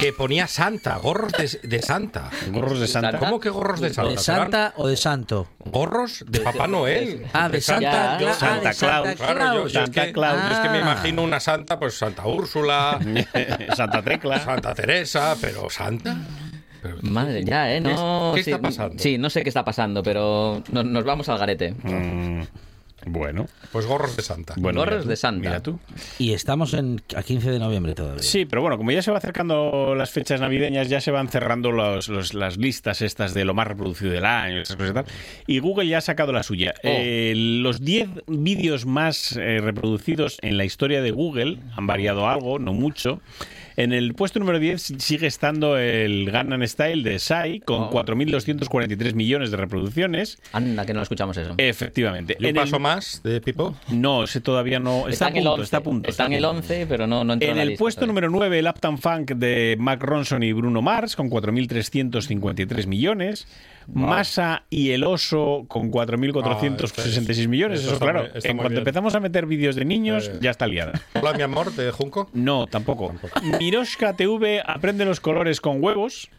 S3: que ponía Santa, gorros de, de Santa.
S4: Gorros de santa.
S5: Santa.
S3: ¿Cómo que gorros de Santa?
S2: ¿De santa o de santo?
S3: Gorros de Papá Noel.
S2: Ah, de santa.
S5: Ya.
S3: Yo-
S2: ah, de
S4: Santa Claus.
S3: Claro, yo, yo es
S4: Santa
S3: que,
S4: Claus.
S3: yo es que me imagino una santa, pues Santa Úrsula,
S4: Santa Tecla.
S3: Santa Teresa, pero Santa. Pero-
S5: Madre, ya, ¿eh? No,
S3: ¿Qué
S5: sí,
S3: está pasando?
S5: Sí, no sé qué está pasando, pero no- nos vamos al garete.
S4: Mm, bueno,
S3: Pues gorros de Santa.
S4: bueno.
S5: Gorros
S4: mira tú,
S5: de santa.
S4: Mira tú.
S2: Y estamos en, a 15 de noviembre todavía.
S4: Sí, pero bueno, como ya se va acercando las fechas navideñas, ya se van cerrando los- los- las listas estas de lo más reproducido del año, esas cosas y tal. Y Google ya ha sacado la suya. Eh, los 10 vídeos más eh, reproducidos en la historia de Google han variado algo, no mucho. En el puesto número 10 sigue estando el Gangnam Style de Psy con
S5: Oh.
S4: 4.243 millones de reproducciones.
S5: Anda, que no escuchamos eso.
S4: Eh, Efectivamente.
S3: ¿Y un
S4: En el-
S3: paso más de Pipo?
S4: No, ese todavía no. Está,
S5: Está
S4: a
S5: en el
S4: punto,
S5: 11,
S4: está a punto.
S5: está en el 11, pero no, no entra
S4: En
S5: la
S4: el
S5: lista
S4: puesto
S5: todavía.
S4: número 9, el Uptown Funk de Mac Ronson y Bruno Mars, con 4.353 millones. Massa y el oso con 4.466
S3: Ah,
S4: millones.
S3: eso
S4: Eso,
S3: está
S4: claro,
S3: muy- está
S4: en
S3: muy
S4: cuanto
S3: bien.
S4: empezamos a meter vídeos de niños,
S3: Eh.
S4: ya está liada.
S3: Hola, mi amor, de Junco.
S4: No, tampoco. Miroshka TV aprende los colores con huevos.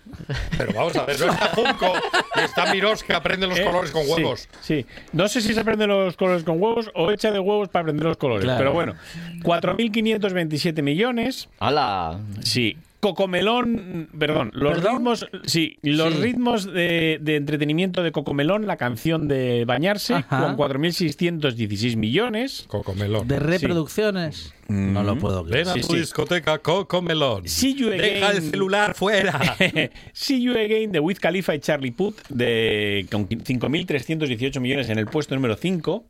S3: Pero vamos a ver, no está Junco, y está Miros que aprende los
S4: Eh,
S3: colores con
S4: sí,
S3: huevos.
S4: Sí, No sé si se aprenden los colores con huevos o echa de huevos para aprender los colores.
S2: Claro.
S4: Pero bueno, 4.527 millones.
S5: ¡Hala!
S4: Sí, Cocomelón, perdón, los
S5: ¿eh? ¿Perdón?
S4: ritmos, sí, los
S5: Sí.
S4: ritmos de, de entretenimiento de Cocomelón, la canción de Bañarse,
S2: Ajá.
S4: con 4.616 millones.
S3: Cocomelón.
S2: De reproducciones.
S5: Mm.
S2: No lo puedo creer.
S3: Ven a
S4: Sí,
S3: tu
S4: sí.
S3: discoteca Cocomelón.
S4: See you
S3: Deja
S4: again.
S3: el celular fuera.
S4: See You Again de Wiz Khalifa y Charlie Puth de, con 5.318 millones en el puesto número 5.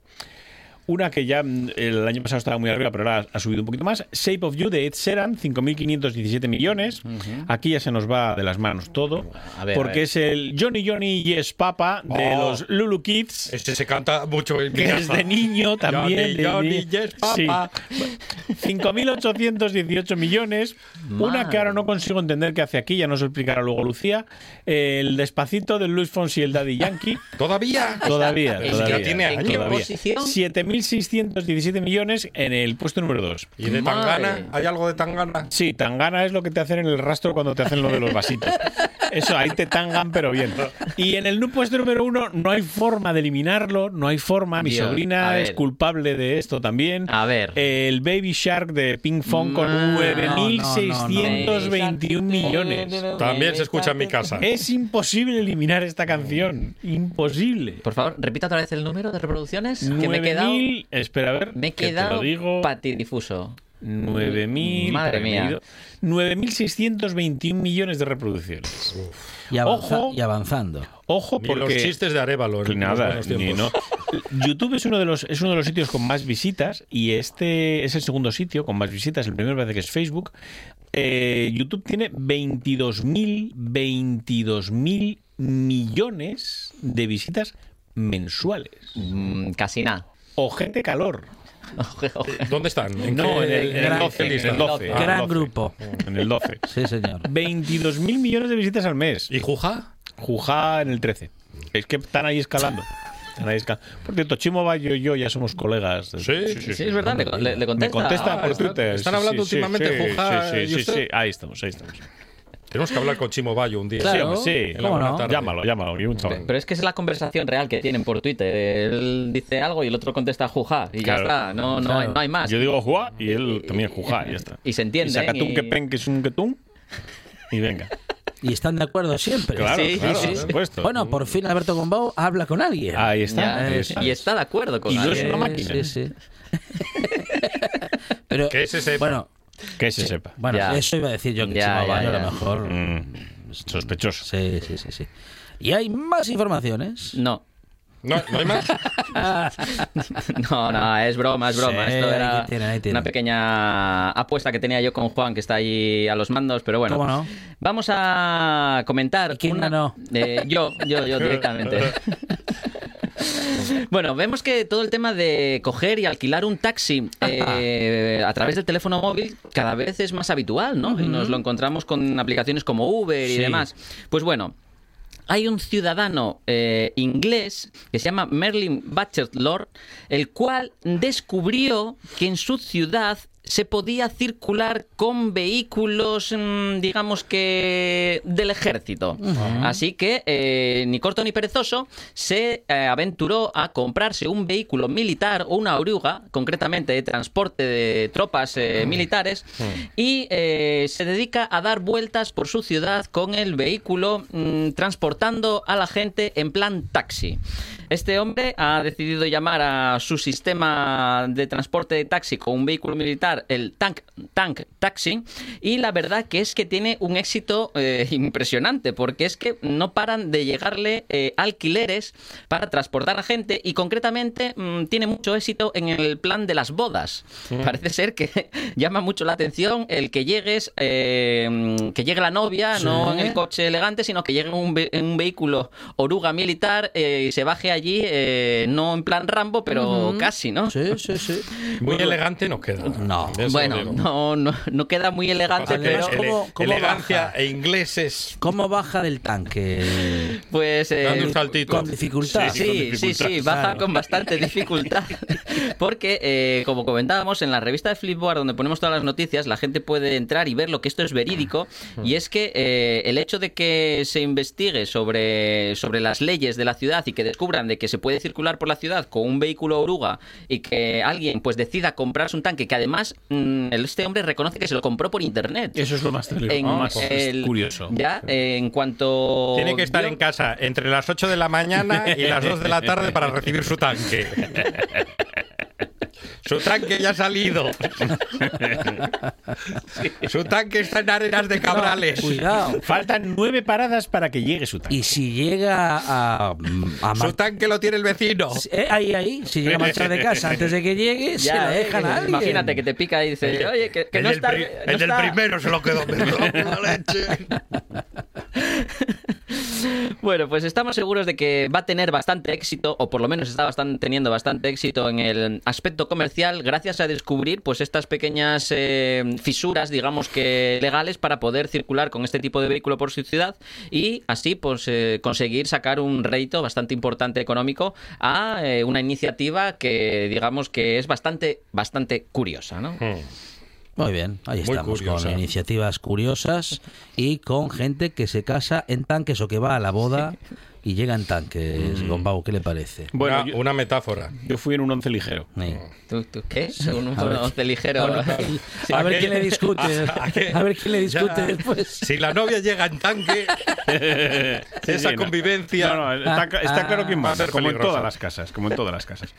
S4: Una que ya mm, el año pasado estaba muy arriba, pero ahora ha subido un poquito más. Shape of You de Ed Sheeran, 5.517 millones. Aquí ya se nos va de las manos todo.
S5: A ver, a
S4: porque
S5: ver.
S4: es el Johnny Johnny Yes Papa de
S3: Oh.
S4: los Lulu Kids.
S3: Ese se canta mucho en mi
S4: Que es
S3: casa.
S4: de niño también.
S3: Johnny,
S4: de-
S3: Johnny,
S4: de-
S3: yes, papa.
S4: Sí. 5.818 millones. Una que ahora no consigo entender qué hace aquí, ya nos lo explicará luego Lucía. El despacito de Luis Fonsi y el Daddy Yankee.
S3: Todavía.
S4: Todavía,
S3: Es que
S4: todavía.
S3: tiene
S5: ¿En qué
S4: todavía.
S5: posición?
S4: 7.617 millones en el puesto número 2.
S3: ¿Y de
S5: Madre.
S3: Tangana? ¿Hay algo de Tangana?
S4: Sí, tangana es lo que te hacen en el rastro cuando te hacen lo de los vasitos. Eso, ahí te tangan, pero bien. Y en el nu- puesto número uno, no hay forma de eliminarlo, no hay forma. Mi
S5: Dios, a
S4: sobrina
S5: ver.
S4: es culpable de esto también.
S5: A ver.
S4: El Baby Shark de Ping Fong con
S5: Ma-
S4: 9.621 millones.
S3: También se escucha en mi casa.
S4: Es imposible eliminar esta canción. Imposible.
S5: Por favor, repita otra vez el número de reproducciones. Que me he quedado.
S4: 9.000. Espera, a ver.
S5: Me he
S4: que te
S5: quedado
S4: lo digo.
S5: patidifuso.
S4: 9.000.
S5: Madre mía.
S4: 9.621 millones de reproducciones.
S2: Y, avanza-
S4: Ojo.
S2: y avanzando.
S4: Ojo,
S3: Ni los
S4: porque.
S3: chistes de Arevalo. en
S4: Nada,
S3: los buenos
S4: ni no.
S3: tiempos.
S4: YouTube es uno de los es uno de los sitios con más visitas y este es el segundo sitio con más visitas. El primero parece que es Facebook. Eh, YouTube tiene 22.000 22.000 millones de visitas mensuales.
S5: Mm, casi nada.
S4: Ojete calor.
S5: Oje, oje.
S3: ¿Dónde están? ¿En
S4: Eh, No,
S3: qué-
S4: en el- en el
S3: qué
S4: 12, en el
S3: lista?
S4: 12.
S3: Ah,
S2: Gran
S3: 12.
S2: grupo.
S4: En el 12.
S2: Sí, señor.
S4: 22.000 millones de visitas al mes.
S3: ¿Y Juja?
S4: Jujá en el 13. Es que están ahí escalando. Están ahí esca- Por cierto, Chimo Bayo y yo ya somos colegas.
S3: Sí, sí,
S5: Sí, es verdad, le, le- le
S4: Me
S5: contesta.
S4: contesta
S5: Ah,
S4: por
S5: está-
S4: Twitter.
S3: están
S4: Sí,
S3: hablando
S4: sí, sí,
S3: últimamente
S4: sí,
S3: Jujá
S4: Sí, sí,
S3: y
S4: sí,
S3: usted.
S4: sí. Ahí estamos, ahí estamos.
S3: Tenemos que hablar con Chimo Bayo un día.
S4: Sí,
S2: Claro.
S4: hombre, sí.
S3: En la buena
S2: ¿Cómo no?
S3: tarde.
S4: Llámalo, llámalo. que un chaval.
S5: Pero es que es la conversación real que tienen por Twitter. Él dice algo y el otro contesta juja. Y
S4: Claro.
S5: ya está. No, no, hay, no hay más.
S4: Yo digo Jujá y él también Jujá y ya está.
S5: Y se entienden,
S4: Y sacatún
S5: y-
S4: que pen que es un ketún. Y venga.
S2: Y están de acuerdo siempre.
S4: Claro,
S5: Sí, sí,
S4: claro,
S5: sí,
S4: por
S5: sí.
S4: supuesto.
S2: Bueno, por fin Alberto Gombau habla con alguien. Eh,
S4: Ahí
S5: Ya,
S4: está. ahí
S5: eh,
S4: está.
S5: y está de acuerdo con
S4: Y yo
S5: alguien.
S4: es una máquina.
S2: Sí, sí. Pero,
S3: Que ese sepa.
S2: Bueno,
S4: Que se sepa.
S2: bueno
S5: Ya.
S2: eso iba a decir yo que
S5: Ya,
S2: Chimo
S5: ya,
S2: Bayo a
S5: ya.
S2: lo mejor.
S4: Mm, Sospechoso.
S2: Sí, sí, sí, sí. Y hay más informaciones.
S5: No.
S3: No, no hay más.
S5: No, no, es broma, es broma.
S2: Sí,
S5: Esto era
S2: ahí tiene, ahí tiene.
S5: una pequeña apuesta que tenía yo con Juan, que está ahí a los mandos, pero bueno.
S2: ¿Cómo no?
S5: Vamos a comentar.
S2: ¿Y quién
S5: una-
S2: ganó?
S5: Eh, yo, yo, yo directamente. Bueno, vemos que todo el tema de coger y alquilar un taxi eh, a través del teléfono móvil cada vez es más habitual, ¿no? Y nos lo encontramos con aplicaciones como Uber y
S2: Sí.
S5: demás. Pues bueno, hay un ciudadano eh, inglés que se llama Merlin Bachelor, el cual descubrió que en su ciudad se podía circular con vehículos, mm, digamos que, del ejército. Así que, eh, ni corto ni perezoso, se eh, aventuró a comprarse un vehículo militar o una oruga, concretamente de transporte de tropas eh, militares, y eh, se dedica a dar vueltas por su ciudad con el vehículo mm, transportando a la gente en plan taxi. Este hombre ha decidido llamar a su sistema de transporte de taxi con un vehículo militar el Tank, tank Taxi y la verdad que es que tiene un éxito eh, impresionante porque es que no paran de llegarle eh, alquileres para transportar a gente y concretamente mm, tiene mucho éxito en el plan de las bodas. Parece ser que llama mucho la atención el que llegues, eh, mm, que llegue la novia, no en el coche elegante, sino que llegue en un, ve- en un vehículo oruga militar eh, y se baje allí, eh, no en plan Rambo, pero casi, ¿no?
S2: Sí, sí, sí.
S3: Muy elegante no queda.
S2: No.
S3: Eso
S5: Bueno,
S3: digo.
S5: no, no, no queda muy elegante,
S3: Pasa que
S5: pero
S2: Además,
S3: ele-
S2: ¿cómo- cómo
S3: elegancia
S2: baja?
S3: e ingleses
S2: ¿Cómo baja del tanque?
S5: pues... eh,
S3: dando un saltito.
S2: Con dificultad.
S4: Sí, con
S5: Sí, sí,
S4: dificultad.
S5: sí, baja
S2: Claro.
S5: con bastante dificultad. Porque, eh, como comentábamos, en la revista de Flipboard, donde ponemos todas las noticias, la gente puede entrar y ver lo que esto es verídico.
S3: Mm.
S5: Y es que eh, el hecho de que se investigue sobre, sobre las leyes de la ciudad y que descubran plantean de que se puede circular por la ciudad con un vehículo oruga y que alguien pues decida comprarse un tanque que además mm, el- este hombre reconoce que se lo compró por internet.
S4: Eso es lo más terrible.
S5: En
S4: lo más
S5: el-
S4: curioso.
S5: Ya, eh, en cuanto.
S3: Tiene que estar
S5: vio-
S3: en casa entre las 8 de la mañana y las 2 de la tarde para recibir su tanque. Su tanque ya ha salido. Su tanque está en arenas de cabrales.
S2: Cuidado.
S4: Faltan nueve paradas para que llegue su tanque.
S2: Y si llega a, a
S3: Su
S2: mar-
S3: tanque lo tiene el vecino.
S2: Eh, ahí, ahí, si llega a marchar de casa antes de que llegue, se
S5: Ya,
S2: la
S5: eh,
S2: dejan a alguien.
S5: Imagínate que te pica y dices, oye, que, que no
S3: el
S5: está.
S3: pri-
S5: no
S3: el del
S5: está-
S3: primero se lo quedó. me cago en la leche.
S5: Bueno, pues estamos seguros de que va a tener bastante éxito, o por lo menos está bastan- teniendo bastante éxito en el aspecto comercial, gracias a descubrir pues estas pequeñas eh, fisuras, digamos que legales, para poder circular con este tipo de vehículo por su ciudad y así pues eh, conseguir sacar un rédito bastante importante económico a eh, una iniciativa que digamos que es bastante, bastante curiosa, ¿no?
S3: Hmm.
S2: Muy bien, ahí
S3: Muy
S2: estamos
S3: curiosa.
S2: con iniciativas curiosas y con gente que se casa en tanques o que va a la boda y llega en tanques.
S5: Mm.
S2: Gombau, ¿qué le parece?
S4: Bueno,
S3: Una-
S4: yo,
S3: una metáfora.
S4: yo fui en un once ligero.
S2: Sí.
S5: ¿Tú, tú qué? Un, un
S2: a ver.
S5: once ligero.
S2: A ver quién le discute. A ver quién le discute
S3: Ya.
S2: después.
S3: Si la novia llega en tanque,
S4: Sí,
S3: esa
S4: sí, no.
S3: convivencia.
S4: No, no, está, ca- está claro quién
S3: Va
S4: va,
S3: a ser
S4: Ah. como en
S3: peligrosa.
S4: todas las casas, como en todas las casas.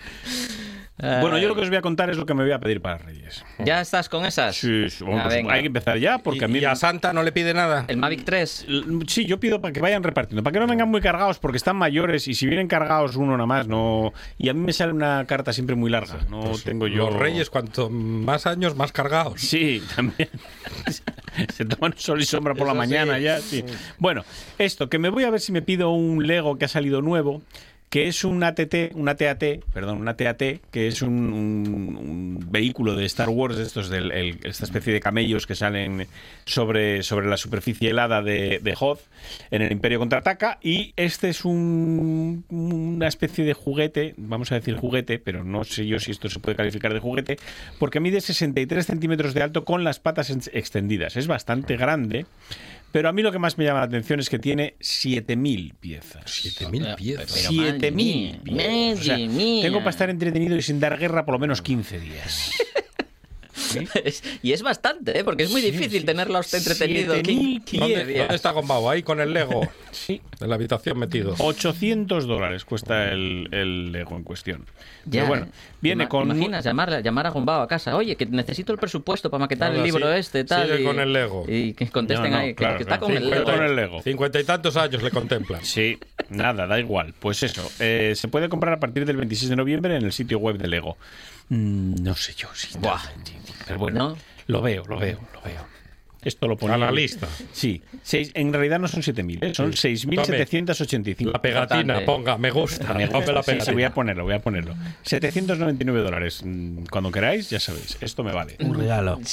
S4: Bueno, yo lo que os voy a contar es lo que me voy a pedir para Reyes.
S5: ¿Ya estás con esas?
S4: Sí, sí, bueno,
S5: Ah,
S4: pues
S5: venga.
S4: hay que empezar ya, porque a mí
S3: y, y a Santa no le pide nada.
S5: El Mavic 3.
S4: Sí, yo pido para que vayan repartiendo, para que no vengan muy cargados, porque están mayores y si vienen cargados uno nada más, no. Y a mí me sale una carta siempre muy larga, no tengo yo.
S3: Los reyes, cuanto más años, más cargados.
S4: Sí, también. Se toman sol y sombra por la
S3: Eso sí.
S4: mañana ya. sí. Bueno, esto, que me voy a ver si me pido un Lego que ha salido nuevo, que es un ATT, un ATAT, perdón, un ATAT, que es un, un- un vehículo de Star Wars, de estos del, el- esta especie de camellos que salen sobre, eh, sobre la superficie helada de, de Hoth en el Imperio Contraataca. Y este es un- una especie de juguete, vamos a decir juguete, pero no sé yo si esto se puede calificar de juguete, porque mide 63 centímetros de alto con las patas en- extendidas. Es bastante grande. Pero a mí lo que más me llama la atención es que tiene 7.000 piezas.
S3: 7.000 piezas.
S5: Pero madre
S4: 7.000
S5: mía,
S4: piezas. O sea,
S5: madre mía.
S4: tengo para estar entretenido y sin dar guerra por lo menos 15 días.
S5: Es- y es bastante, ¿eh? porque es muy
S4: Sí,
S5: difícil
S4: sí.
S5: tenerlo a usted entretenido.
S4: 7.000
S5: Quin-
S4: ¿Dónde-
S3: ¿Dónde,
S5: 15 días.
S3: dónde está Gombao? Ahí con el Lego
S4: Sí.
S3: en la habitación metido.
S4: 800 dólares cuesta el, el Lego en cuestión.
S5: Ya,
S4: Pero bueno,
S5: ¿eh?
S4: viene
S5: Ima-
S4: con...
S5: imaginas llamarle- llamar a Gombao a casa? Oye, que necesito el presupuesto para maquetar
S3: Ahora
S5: el libro
S3: sí,
S5: este, tal.
S3: sigue
S5: y,
S3: con el Lego.
S5: Y que contesten
S4: No, no,
S5: ahí, que-
S4: claro,
S5: que, está
S4: claro.
S5: con el
S4: Sí,
S5: Lego.
S4: con el Lego.
S3: Cincuenta y tantos años le contemplan.
S4: Sí, nada, da igual. Pues eso, eh, se puede comprar a partir del 26 de noviembre en el sitio web de Lego. Mm, no sé yo si...
S5: Buah.
S4: Pero bueno,
S5: ¿No?
S4: lo veo, lo veo, lo veo. Esto lo ponía...
S3: A la lista.
S4: Sí, seis- en realidad no son 7.000, ¿eh? son
S3: La
S4: 6.785.
S3: pegatina,
S5: Importante.
S3: ponga, me gusta.
S4: Me
S3: ponme
S4: gusta,
S3: la
S4: sí, sí,
S3: pegatina.
S4: voy a ponerlo, voy a ponerlo. 799 dólares. Mm, Cuando queráis, ya sabéis, esto me vale.
S2: Un regalo.
S5: Mm.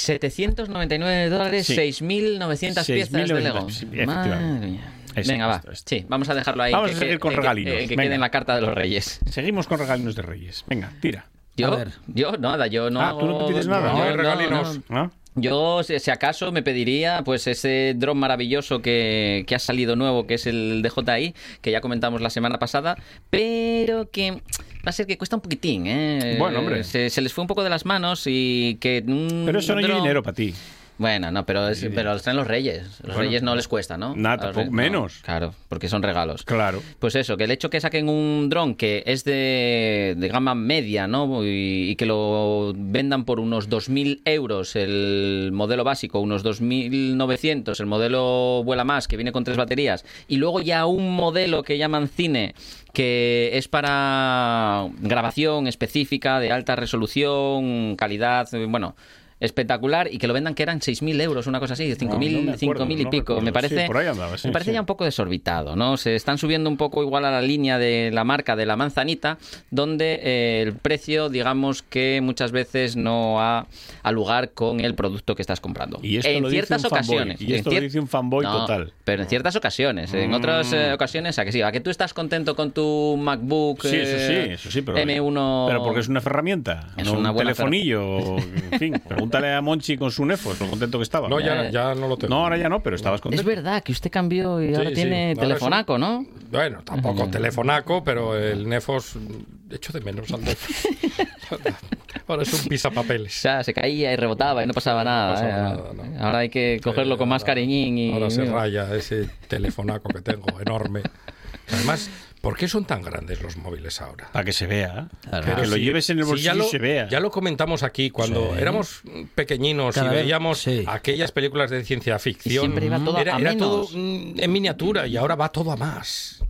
S5: 799 dólares,
S4: Sí.
S5: 6.900 piezas de
S4: 6.900,
S5: Lego.
S4: sí, efectivamente.
S5: Madre mía.
S4: Esto,
S5: Venga, va.
S4: esto, esto.
S5: Sí, vamos a dejarlo ahí.
S4: Vamos
S5: que-
S4: a seguir
S5: que-
S4: con
S5: que-
S4: regalinos.
S5: Que, que
S4: Venga.
S5: quede en la carta de los reyes.
S4: Seguimos con regalinos de Reyes. Venga, tira.
S5: Yo,
S2: A ver.
S5: yo nada, yo no.
S4: Ah, ¿tú no
S5: hago-
S4: pides nada?
S5: yo
S4: No hay
S5: Ah.
S3: regalinos.
S4: ¿No?
S5: Yo, si si acaso, me pediría pues ese dron maravilloso que, que ha salido nuevo, que es el DJI, que ya comentamos la semana pasada, pero que va a ser que cuesta un poquitín, ¿eh?
S4: Bueno, hombre.
S5: Se, se les fue un poco de las manos y que... un
S4: Pero eso no
S5: dron-
S4: hay dinero para ti.
S5: Bueno, no, pero, es- pero están los reyes. Los
S4: Bueno.
S5: reyes no les cuesta, ¿no? A
S4: Nada,
S5: los
S4: tampoco-
S5: reyes-
S4: menos.
S5: Claro, porque son regalos.
S4: Claro.
S5: Pues eso, que el hecho que saquen un dron que es de, de gama media, ¿no? Y, y que lo vendan por unos 2.000 euros el modelo básico, unos 2.900 el modelo vuela más, que viene con tres baterías, y luego ya un modelo que llaman cine, que es para grabación específica de alta resolución, calidad, eh, bueno... Espectacular y que lo vendan que eran 6.000 euros, una cosa así, 5.000
S4: no me acuerdo,
S5: 5.000 y
S4: no
S5: pico.
S4: recuerdo.
S5: me
S4: Sí,
S5: parece,
S4: por ahí andaba, sí,
S5: me parece
S4: sí.
S5: ya un poco desorbitado, ¿no? Se están subiendo un poco igual a la línea de la marca de la manzanita, donde eh, el precio, digamos que muchas veces no ha al lugar con el producto que estás comprando.
S4: Y esto
S5: en
S4: lo dice
S5: ciertas
S4: un fanboy,
S5: ocasiones.
S4: y
S5: en
S4: esto lo dice un fanboy total. Mm.
S5: Pero en ciertas ocasiones. En otras eh, ocasiones, a que sí, a que tú estás contento con tu MacBook
S4: Sí, eso sí,
S5: eh,
S4: eso sí, pero.
S5: M1.
S4: Pero porque es una herramienta,
S5: Es
S4: no
S5: una
S4: un
S5: buena
S4: telefonillo, en fin, pregunta Pregúntale a Monchi con su Nefos, lo contento que estaba.
S3: No, ya, ya no lo tengo.
S4: No, ahora ya no, pero estabas
S5: Es
S4: contento.
S5: verdad que usted cambió y ahora
S3: sí.
S5: tiene
S3: Ahora
S5: telefonaco, ¿no?
S3: Bueno,
S4: Mm.
S3: tampoco telefonaco, pero el Nefos mm, echo de menos al Nefos. Ahora es un
S5: O
S3: pisapapeles.
S5: sea, se caía y rebotaba y no pasaba nada.
S3: pasaba
S5: ¿eh?
S3: nada, no.
S5: Ahora hay que cogerlo con más
S3: Ahora-
S5: cariñín y...
S3: Ahora se raya ese telefonaco que tengo enorme. Además, ¿por qué son tan grandes los móviles ahora?
S4: Para que se vea.
S2: Claro.
S4: Ah, Que
S3: Pero
S4: lo
S3: sí,
S4: lleves en el
S3: sí,
S4: bolsillo
S3: ya lo,
S4: y se vea.
S3: Ya lo comentamos aquí cuando éramos pequeñinos
S2: Cada
S3: y
S2: vez-
S3: veíamos
S2: sí.
S3: aquellas películas de ciencia ficción.
S5: Y siempre iba todo
S3: era,
S5: a
S3: era
S5: menos.
S3: todo mm, en miniatura y ahora va todo a más.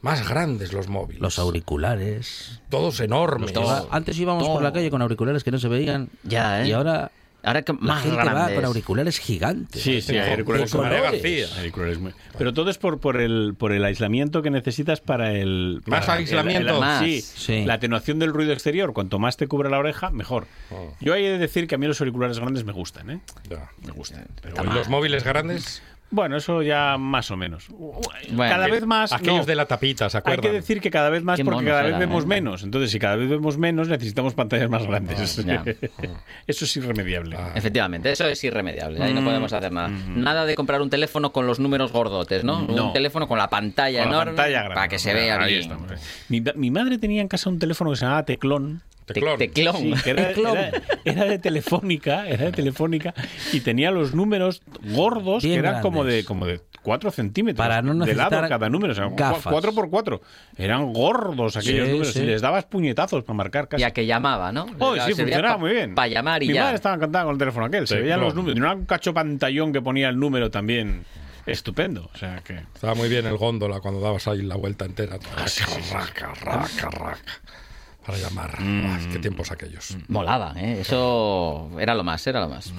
S3: Más grandes los móviles.
S2: Los auriculares.
S3: Todos enormes.
S2: Ahora- Antes íbamos por la calle con auriculares que no se veían.
S5: Ya, ¿eh?
S2: Y ahora
S5: Ahora que
S2: la
S5: más
S2: gente va
S5: grandes.
S2: con auriculares gigantes.
S4: Sí, sí, hay auriculares
S3: Con María
S4: colores.
S3: García.
S4: Auriculares muy- Pero todo es por, por, el, por el aislamiento que necesitas para el.
S3: Más
S4: para
S3: aislamiento.
S5: Más.
S4: sí,
S2: Sí.
S4: la atenuación del ruido exterior. Cuanto más te cubre la oreja, mejor.
S3: Oh.
S4: Yo hay de decir que a mí los auriculares grandes me gustan, ¿eh?
S3: Ya.
S4: Me gustan. Pero
S3: Pero los móviles grandes,
S4: bueno, eso ya más o menos. Cada
S5: que-
S4: vez más.
S3: aquellos
S4: no.
S3: de la tapita, ¿se
S4: Hay
S3: acuerdan?
S4: que decir que cada vez más,
S5: Qué
S4: porque
S5: monos
S4: cada vez
S5: eran,
S4: vemos
S5: ¿eh?
S4: menos. Entonces, si cada vez vemos menos, necesitamos pantallas más grandes.
S5: Ah, ya.
S4: Eso es irremediable.
S3: Ah.
S5: Efectivamente, eso es irremediable, ahí no podemos hacer nada. Nada de comprar un teléfono con los números gordotes, ¿no?
S4: No.
S5: Un teléfono con la pantalla
S4: Con la
S5: enorme
S4: pantalla grande.
S5: para que se
S4: Ahí
S5: vea bien.
S4: estamos, eh. Mi, mi madre tenía en casa un teléfono que se llamaba Teclón.
S3: Teclón.
S5: Te- teclón.
S4: Sí, que era,
S2: Teclón.
S4: era- era de telefónica, era de telefónica y tenía los números gordos
S2: Bien
S4: que eran
S2: grandes.
S4: como de como de 4 centímetros
S2: Para no
S4: de lado
S2: necesitar
S4: cada número, o sea, cua-
S2: gafas.
S4: cuatro por cuatro. Eran gordos aquellos
S2: Sí,
S4: números
S2: sí.
S4: y les dabas puñetazos para marcar casi.
S5: Y a que llamaba, ¿no?
S4: Oh, sí,
S5: Servía
S4: funcionaba
S5: pa-
S4: muy bien.
S5: Para llamar y
S4: Mi
S5: ya.
S4: madre estaba encantada con el teléfono aquel. Se
S3: Sí,
S4: veían
S3: claro.
S4: los números. Tenía un cacho pantallón que ponía el número también. Estupendo. O sea que.
S3: Estaba muy bien el góndola cuando dabas ahí la vuelta entera. Raca, raca, raca. Para llamar.
S4: Mm.
S3: Ay, qué tiempos aquellos.
S5: Molaba, ¿eh? Eso era lo más, era lo más.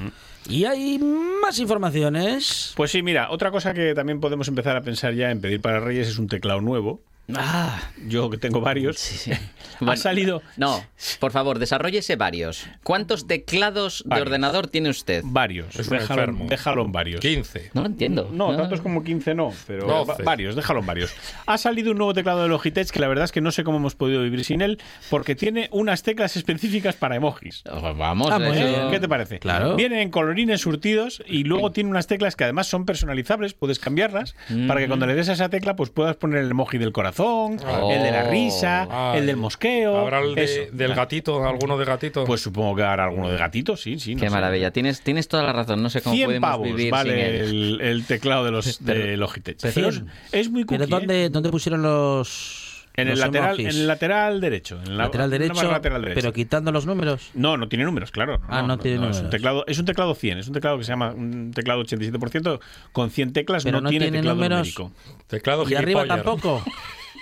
S2: Y hay más informaciones.
S4: Pues sí, mira, otra cosa que también podemos empezar a pensar ya en pedir para Reyes es un teclado nuevo.
S5: Ah,
S4: Yo que tengo varios.
S5: sí, sí.
S4: ha salido
S5: No, por favor, desarrollese varios. ¿Cuántos teclados de
S4: Varios.
S5: ordenador tiene usted?
S4: varios.
S3: Es un
S4: Déjalo,
S3: enfermo.
S4: déjalo en varios.
S3: 15.
S5: No lo entiendo.
S4: No, tantos como 15 no, pero
S3: Doce.
S4: va- varios, déjalo en varios. Ha salido un nuevo teclado de Logitech que la verdad es que no sé cómo hemos podido vivir sin él porque tiene unas teclas específicas para emojis.
S5: Oh, Vamos,
S2: Ah, muy
S5: eso-
S2: bien.
S4: Eh, ¿Qué te parece?
S2: Claro.
S4: Vienen en colorines surtidos y luego tiene unas teclas que además son personalizables, puedes cambiarlas para que cuando le des a esa tecla pues puedas poner el emoji del corazón,
S5: Oh.
S4: el de la risa,
S3: Ay.
S4: el del mosqueo.
S3: ¿Habrá el de-
S4: eso.
S3: del gatito, alguno de gatito?
S4: Pues supongo que habrá alguno de gatito, sí, sí. no
S5: Qué
S4: sé.
S5: maravilla. Tienes, tienes toda la razón. No sé cómo
S4: 100
S5: podemos
S4: pavos
S5: vivir sin
S4: vale
S5: él.
S4: el, el teclado de los de Logitech. Pero es,
S2: 100.
S4: es muy cookie,
S2: ¿Pero
S4: ¿eh?
S2: dónde, dónde pusieron los.
S4: En el,
S2: los
S4: lateral, en
S2: emojis?
S4: el lateral derecho. En la-
S2: Lateral
S4: no,
S2: derecho,
S4: más lateral derecho.
S2: pero quitando los números.
S4: No, no tiene números, claro.
S2: Ah, no tiene
S4: Es un,
S2: números.
S4: teclado, es un teclado 100, es un teclado que se llama un teclado 87%, con 100 teclas
S2: Pero
S4: no,
S2: no
S4: tiene,
S2: tiene
S4: teclado
S2: números.
S4: numérico. Oh,
S3: Teclado
S2: y arriba
S3: gilipollas.
S2: tampoco.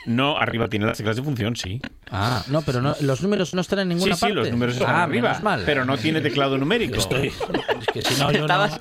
S4: No, arriba tiene las teclas de función, sí.
S2: Ah, no, pero no, los números no están en
S4: Sí,
S2: ninguna
S4: sí,
S2: parte.
S4: los números están
S2: ah,
S4: arriba,
S2: menos mal.
S4: pero no tiene teclado numérico.
S2: Estoy. Es que si no, yo no,
S5: Estabas-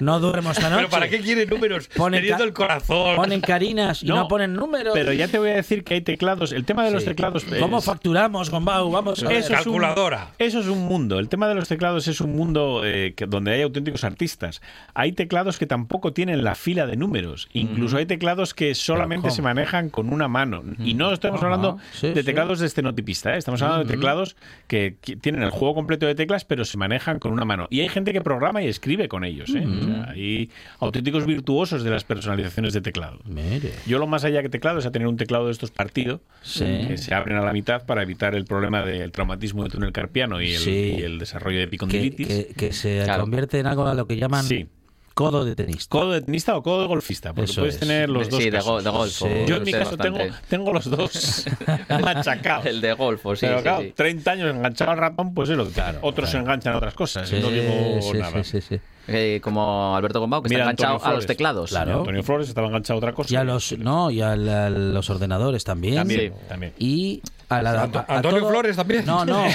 S2: no duermo esta noche.
S3: ¿Pero para qué quiere números?
S2: Ponen ca-
S3: Teniendo el corazón.
S2: Ponen carinas y no, ponen números.
S4: Pero ya te voy a decir que hay teclados. El tema de los
S2: Sí.
S4: teclados. pues. es-
S2: ¿Cómo facturamos, Gombau? Vamos a ver.
S4: Eso es un-
S3: Calculadora.
S4: eso es un mundo. El tema de los teclados es un mundo eh, que- donde hay auténticos artistas. Hay teclados que tampoco tienen la fila de números. Incluso hay teclados que solamente
S2: ¿cómo?
S4: se manejan con una mano. Y no estamos hablando
S2: sí,
S4: de
S2: sí.
S4: teclados de escenotipista. ¿eh? Estamos hablando de teclados que qui- tienen el juego completo de teclas, pero se manejan con una mano. Y hay gente que programa y escribe con ellos. ¿eh? O sea, hay auténticos virtuosos de las personalizaciones de teclado.
S2: Mire.
S4: Yo lo más allá que teclado es a tener un teclado de estos partidos
S2: Sí.
S4: que se abren a la mitad para evitar el problema del traumatismo de túnel carpiano y el,
S2: Sí.
S4: y el desarrollo de
S2: Que,
S4: epicondilitis.
S2: que- que se
S5: Claro.
S2: convierte en algo a lo que llaman
S4: Sí.
S2: codo de tenista.
S4: ¿Codo de tenista o codo de golfista? Porque
S2: Eso
S4: puedes
S2: es.
S4: tener los dos.
S5: sí, de, go-
S4: casos.
S5: de golfo.
S2: Sí.
S5: lo
S4: Yo en mi
S5: sé
S4: caso tengo,
S5: bastante.
S4: tengo los dos machacados.
S5: El de golfo, sí.
S4: Pero
S5: sí,
S4: claro,
S5: sí.
S4: 30 años enganchado al ratón, pues es lo que
S2: Claro,
S4: Otros se
S2: claro.
S4: enganchan a otras cosas.
S2: Sí,
S4: no digo
S2: sí,
S4: nada.
S2: sí, sí, sí.
S5: Eh, como Alberto Gombao, que
S4: Mira,
S5: está enganchado
S4: Antonio
S5: a los
S4: Flores.
S5: teclados.
S2: Claro.
S4: Antonio Flores estaba enganchado a otra cosa.
S2: Y a los, no, y a la- los ordenadores también.
S4: También,
S5: Sí.
S4: también.
S2: Y a la.
S3: Anto-
S2: a- a
S3: Antonio
S2: todo-
S3: Flores también.
S2: No, no.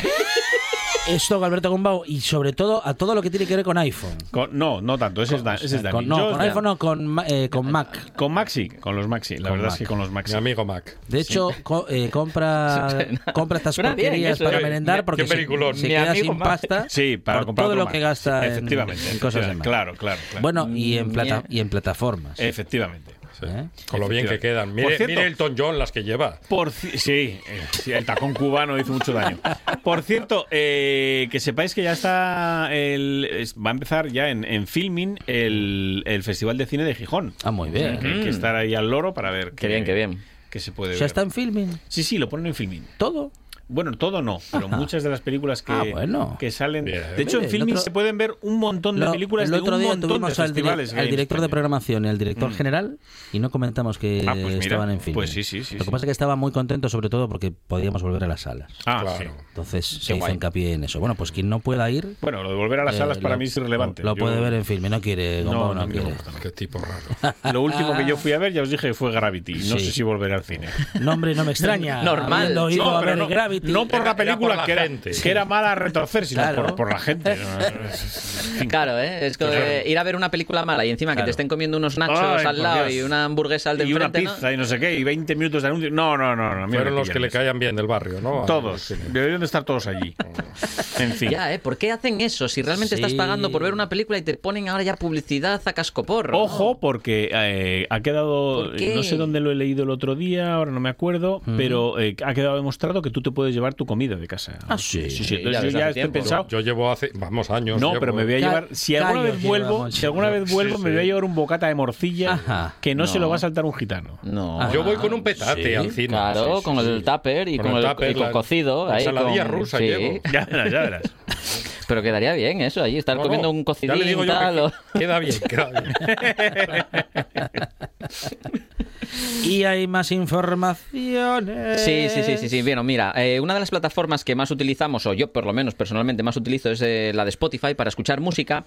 S2: Esto con Alberto Gombau y sobre todo a todo lo que tiene que ver con iPhone.
S4: Con- no, no tanto. Ese es, Dan- ese es Dani.
S2: Con, no,
S4: Yo-
S2: con iPhone no, con, ma- eh, con Mac.
S4: Con Maxi, con los Maxi. La
S2: Con
S4: verdad es
S2: Mac.
S4: que con los Maxi.
S3: Mi amigo Mac.
S2: De hecho, co- eh, compra, compra estas
S5: Suena bien
S2: porquerías
S5: eso,
S2: para
S5: eh.
S2: merendar
S3: Qué
S2: porque se,
S3: peliculón.
S2: se
S5: Mi
S2: queda
S5: amigo
S2: sin
S5: Mac.
S2: pasta
S4: Sí, para
S2: por
S4: comprar
S2: todo lo
S4: Mac.
S2: que gasta en,
S4: efectivamente,
S2: en cosas de
S4: efectivamente.
S2: Mac.
S4: Claro, Mm, Eh, claro, claro.
S2: Bueno, y en, plata- y en plataformas. ¿eh?
S4: efectivamente.
S3: Sí. Con lo bien que quedan. Mire,
S4: Por cierto-
S3: mire Elton John las que lleva.
S4: Por ci- sí, eh, sí, el tacón cubano hizo mucho daño. Por cierto, eh, que sepáis que ya está el, es- va a empezar ya en, en filming el, el Festival de Cine de Gijón.
S2: Ah, muy bien.
S4: Que hay que estar ahí al loro para ver
S5: Qué bien, qué bien.
S4: qué se
S2: O
S4: puede ver.
S2: sea, está en filming.
S4: Sí, sí, lo ponen en filming.
S2: Todo.
S4: Bueno, todo no, pero muchas de las películas que,
S2: Ah, bueno.
S4: que salen.
S3: Bien.
S4: De hecho, en
S2: Mire, el
S4: filming
S2: otro-
S4: se pueden ver un montón de
S2: Lo-
S4: películas
S2: el otro
S4: de un
S2: día
S4: montón de
S2: tuvimos al, direc-
S4: festivales. que hay
S2: al
S4: en
S2: director de
S4: España.
S2: programación y al director general y no comentamos que
S4: Mm. Ah, pues mira,
S2: estaban en filming.
S4: pues sí, sí, sí,
S2: Lo que
S4: sí.
S2: pasa es que estaba muy contento, sobre todo porque podíamos volver a las salas.
S4: Ah,
S3: Claro.
S4: sí.
S2: Entonces se hizo
S5: guay.
S2: hincapié en eso. Bueno, pues quien no pueda ir.
S4: Bueno, lo de volver a las
S2: eh,
S4: salas para
S2: lo-
S4: mí es irrelevante.
S2: Lo
S4: Yo-
S2: puede ver en filming, no quiere. Gombao,
S4: No,
S2: No,
S4: no me
S2: quiere.
S4: gusta.
S3: Qué tipo raro.
S4: Lo último que yo fui a ver, ya os dije, fue Gravity. No
S2: Sí.
S4: sé si volveré al cine.
S2: No, hombre, no me extraña.
S5: Normal.
S2: habiendo ido
S4: No,
S2: a
S4: pero
S2: ver
S4: no-
S2: Gravity.
S4: no por
S3: Era-
S4: la
S3: era
S4: película
S3: por la
S4: que, era,
S3: gente.
S4: que era mala a retorcer, sino
S2: Claro.
S4: por, por la gente.
S5: Claro, ¿eh? Es que eh, ir a ver una película mala y encima que
S4: Claro.
S5: te estén comiendo unos nachos
S4: Ay,
S5: al
S4: por
S5: lado
S4: Dios.
S5: y una hamburguesa al de
S4: y una
S5: enfrente, ¿no?
S4: pizza y no sé qué, y 20 minutos de anuncio. No, no, no. no a mí
S3: Fueron
S4: me
S3: los que le
S4: pillan.
S3: caían bien del barrio, ¿no?
S4: Todos.
S3: Al cine.
S4: Deberían de estar todos allí. En fin.
S5: Ya, ¿eh? ¿Por qué hacen eso? Si realmente estás
S2: Sí.
S5: pagando por ver una película y te ponen ahora ya publicidad a cascoporro.
S4: Ojo, porque eh, ha quedado,
S5: ¿Por qué?
S4: no sé dónde lo he leído el otro día, ahora no me acuerdo, pero eh, ha quedado demostrado que tú te puedes llevar tu comida de casa.
S2: Ah, sí.
S5: Sí,
S4: Entonces
S5: ya
S4: yo
S5: desde
S4: ya
S5: hace
S4: estoy
S5: tiempo.
S4: pensado.
S3: Yo llevo hace, vamos, años.
S4: No,
S3: llevo-
S4: pero me voy a
S2: Ca-
S4: llevar. Si alguna
S2: callos
S4: vez vuelvo,
S2: llevamos.
S4: si alguna vez
S3: Sí,
S4: vuelvo,
S3: sí.
S4: me voy a llevar un bocata de morcilla
S2: Ajá.
S4: que no, se
S5: No.
S4: lo va a saltar un gitano.
S5: No.
S3: Ah, Yo voy con un petate
S5: Sí,
S3: al cine.
S5: Claro,
S3: Sí, sí,
S5: con
S3: sí.
S5: el tupper y con, el,
S3: tupper,
S5: y con
S3: la-
S5: cocido.
S3: la
S5: ahí
S3: ensaladilla
S5: con-
S3: rusa
S5: sí.
S3: llevo.
S4: Ya verás, ya verás.
S5: Pero quedaría bien eso, ahí estar
S3: No, no,
S5: comiendo un cocidín
S3: ya le digo yo
S5: tal,
S3: que
S5: o-
S3: Queda bien, queda bien.
S2: Y hay más informaciones.
S5: Sí, sí, sí, sí, sí. Bueno, mira, eh, una de las plataformas que más utilizamos, o yo por lo menos personalmente más utilizo, es eh, la de Spotify para escuchar música.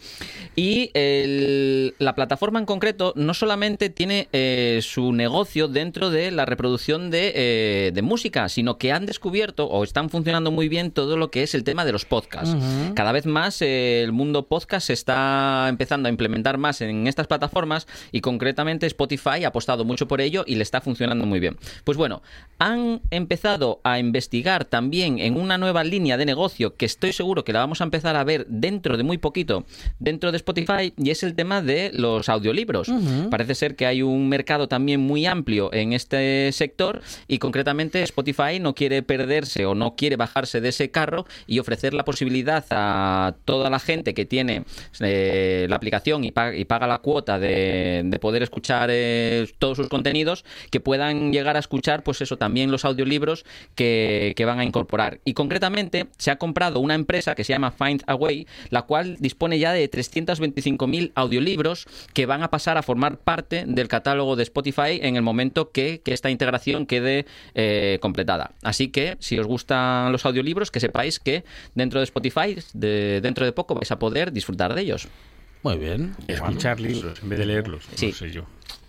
S5: Y el- la plataforma en concreto no solamente tiene eh, su negocio dentro de la reproducción de, eh, de música, sino que han descubierto o están funcionando muy bien todo lo que es el tema de los podcasts. Cada vez más eh, el mundo podcast se está empezando a implementar más en estas plataformas y concretamente Spotify ha apostado mucho por ello y le está funcionando muy bien. Pues bueno, han empezado a investigar también en una nueva línea de negocio que estoy seguro que la vamos a empezar a ver dentro de muy poquito dentro de Spotify y es el tema de los audiolibros. Parece ser que hay un mercado también muy amplio en este sector y concretamente Spotify no quiere perderse o no quiere bajarse de ese carro y ofrecer la posibilidad a toda la gente que tiene eh, la aplicación y paga, y paga la cuota de, de poder escuchar eh, todos sus contenidos que puedan llegar a escuchar pues eso también los audiolibros que, que van a incorporar y concretamente se ha comprado una empresa que se llama Find Away la cual dispone ya de 325.000 audiolibros que van a pasar a formar parte del catálogo de Spotify en el momento que, que esta integración quede eh, completada. Así que si os gustan los audiolibros, que sepáis que dentro de Spotify, de- dentro de poco vais a poder disfrutar de ellos.
S2: Muy bien.
S4: Escuchar libros en vez de leerlos.
S5: Sí.
S4: No sé yo.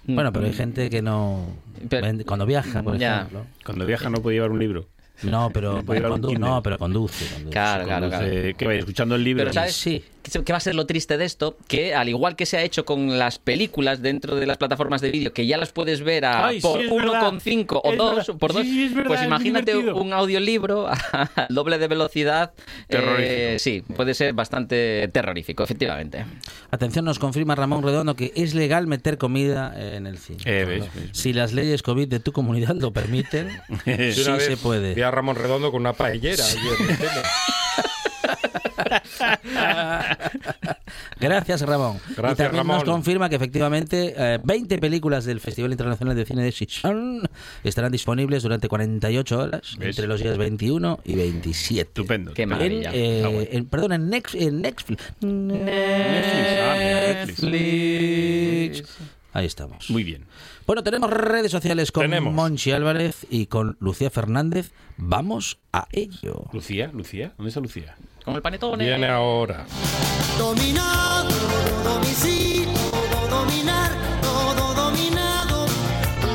S2: Bueno, pero hay gente que no.
S5: Mm. Pero-
S2: cuando viaja, por
S5: Ya.
S2: ejemplo.
S4: Cuando viaja no puede llevar un libro.
S2: No, pero, pues,
S4: Puede ir a un
S2: condu-
S4: Kindle.
S2: no, pero conduce. conduce.
S5: Claro, claro, claro.
S4: Entonces, que vaya escuchando el libro.
S5: Pero ¿sabes
S2: Sí.
S5: qué- qué va a ser lo triste de esto? Que al igual que se ha hecho con las películas dentro de las plataformas de vídeo, que ya las puedes ver a
S4: Ay, sí,
S5: por
S4: es
S5: 1,5 o
S4: verdad.
S5: 2,
S4: Es
S5: por
S4: verdad.
S5: 2,
S4: Sí, es verdad,
S5: pues
S4: es muy
S5: imagínate
S4: divertido.
S5: un audiolibro al doble de velocidad. eh,
S4: Terrorífico.
S5: sí, puede ser bastante terrorífico, efectivamente.
S2: Atención, nos confirma Ramón Redondo que es legal meter comida en el cine.
S4: Eh, ves, ves.
S2: Si las leyes COVID de tu comunidad lo permiten,
S4: De
S3: Yo
S2: sí
S3: una vez
S2: se
S3: Vi
S2: puede.
S3: a Ramón Redondo con una paellera. este allí en el cine.
S2: Gracias, Ramón.
S3: Gracias,
S2: y también nos
S3: Ramón.
S2: confirma que efectivamente eh, 20 películas del Festival Internacional de Cine de Sichuan estarán disponibles durante 48 horas,
S4: ¿Ves?
S2: entre los días 21 y 27.
S4: Estupendo.
S5: Qué
S4: estupendo.
S5: maravilla.
S2: Eh,
S4: Ah, bueno.
S2: en- perdón, en, Nex- en Netflix.
S4: Ah, mira, Netflix.
S2: Netflix. Ahí estamos.
S4: Muy bien.
S2: Bueno, tenemos redes sociales con
S3: Tenemos.
S2: Monchi Álvarez y con Lucía Fernández. Vamos a ello.
S4: Lucía, Lucía, ¿dónde está Lucía?
S5: Con el panetone.
S3: Viene ahora.
S6: Dominado, domicilio, dominar, todo dominado.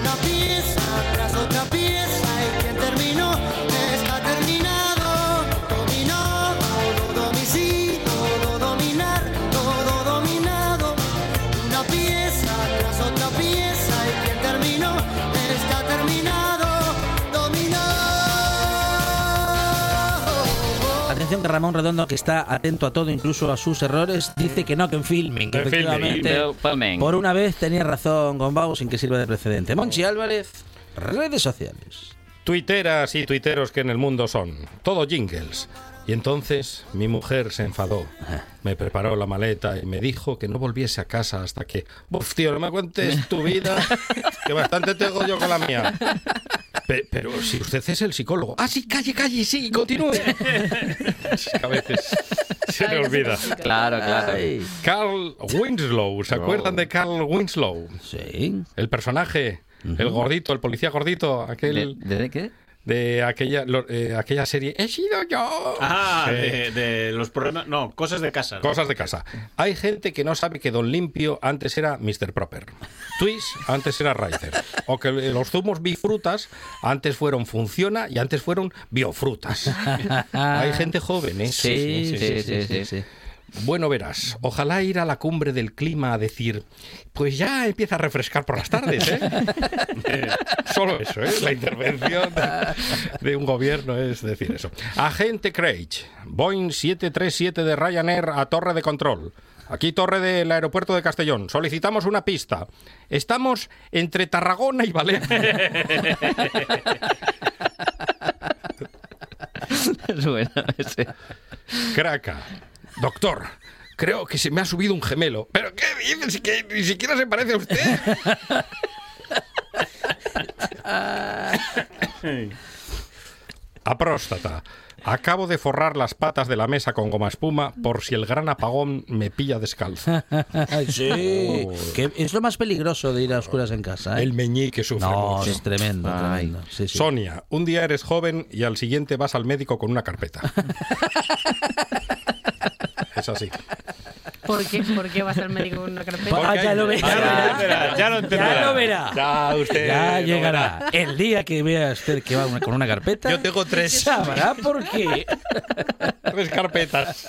S6: Una pieza tras otra pieza y quien terminó está terminado. Dominó, todo domicilio, dominar, todo dominado. Una pieza tras otra pieza y quien terminó está terminado. Dominó.
S2: atención que Ramón Redondo, que está atento a todo, incluso a sus errores, dice que no, que en filming. Que
S3: En filming.
S2: efectivamente,
S5: Pero, Palmen.
S2: por una vez tenía razón Gombau sin que sirva de precedente. Monchi Álvarez, redes sociales.
S3: Tuiteras y tuiteros que en el mundo son, todo jingles. Y entonces mi mujer se enfadó. Me preparó la maleta y me dijo que no volviese a casa hasta que. Buf, tío, no me cuentes tu vida, que bastante tengo yo con la mía. Pe- Pero, si usted es el psicólogo. Ah, sí, calle, calle, sí, continúe. Es que a veces se me olvida.
S5: Claro,
S4: Ah,
S5: claro.
S2: Ay.
S3: Carl Winslow, ¿se acuerdan de Carl Winslow?
S2: Sí.
S3: El personaje, el gordito, el policía gordito,
S5: ¿De,
S3: aquel
S5: de- de qué?
S3: de aquella, lo- eh, aquella serie He sido yo.
S4: Ah,
S3: Sí.
S4: de, de los problemas. No, cosas de casa. ¿no?
S3: Cosas de casa. Hay gente que no sabe que Don Limpio antes era Mr. Proper. Twist antes era Rider. O que los zumos bifrutas antes fueron Funciona y antes fueron Biofrutas. Hay gente joven, ¿eh?
S5: Sí, sí, sí, sí. sí, sí.
S3: Bueno, verás, ojalá ir a la cumbre del clima a decir, pues ya empieza a refrescar por las tardes, ¿eh? Eh, Solo eso, ¿eh? La intervención de, de un gobierno es decir eso. Agente Craig, Boeing 737 de Ryanair a Torre de Control. Aquí Torre del Aeropuerto de Castellón. Solicitamos una pista. Estamos entre Tarragona y Valencia.
S5: Es bueno, ese.
S3: Craca. Doctor, creo que se me ha subido un gemelo. ¿Pero qué dices? Que ni siquiera se parece a usted. A próstata. Acabo de forrar las patas de la mesa con goma espuma por si el gran apagón me pilla descalzo.
S2: Ay, sí. Que es lo más peligroso de ir a oscuras en casa. ¿eh?
S3: El meñique sufre
S2: No,
S3: mucho.
S2: es tremendo, tremendo. Sí, sí.
S3: Sonia, un día eres joven y al siguiente vas al médico con una carpeta. es así.
S7: ¿Por qué, ¿Por qué vas al médico con una carpeta?
S2: Ah, ya lo
S3: Porque hay-
S4: Ya lo
S2: verá.
S4: entenderá, ya lo entenderá.
S2: Ya lo verá.
S3: Ya, usted
S2: Ya
S3: lo verá.
S2: llegará. El día que vea usted que va una- con una carpeta.
S3: Yo tengo tres,
S2: Sabrá por qué.
S3: tres carpetas.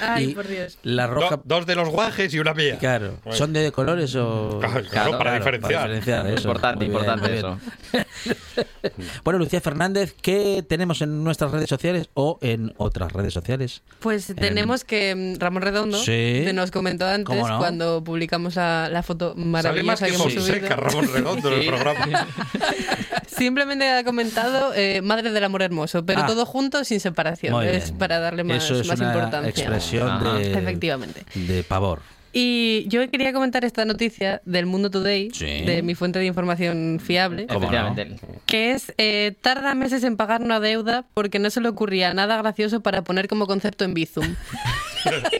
S7: Ay,
S2: Y
S7: por Dios.
S2: La roja.
S3: Do- dos de los guajes y una mía.
S2: Claro. ¿Son de colores o.?
S3: Claro, claro, para diferenciar.
S2: eso.
S5: Importante,
S2: Muy bien,
S5: importante
S2: muy
S5: eso.
S2: bien. Bueno, Lucía Fernández, ¿qué tenemos en nuestras redes sociales o en otras redes sociales?
S7: Pues tenemos que mm, Ramón Redondo
S2: Sí.
S7: que nos comentó antes
S2: ¿Cómo no?
S7: cuando publicamos la, la foto
S3: Sabe más
S7: maravillosa
S3: que
S7: que hemos
S3: Fonseca,
S7: subido.
S3: Ramón Redondo en el
S5: Sí.
S3: programa.
S7: Simplemente ha comentado eh, Madre del Amor Hermoso, pero
S2: Ah.
S7: todo junto sin separación.
S2: Muy
S7: Es
S2: bien.
S7: para darle más,
S2: Eso es
S7: más
S2: una
S7: importancia.
S2: expresión
S5: Ajá.
S2: de.
S7: Efectivamente.
S2: De pavor.
S7: Y yo quería comentar esta noticia del Mundo Today,
S2: Sí.
S7: de mi fuente de información fiable,
S2: ¿Cómo no?
S5: Efectivamente.
S7: que es eh, tarda meses en pagar una deuda porque no se le ocurría nada gracioso para poner como concepto en Bizum.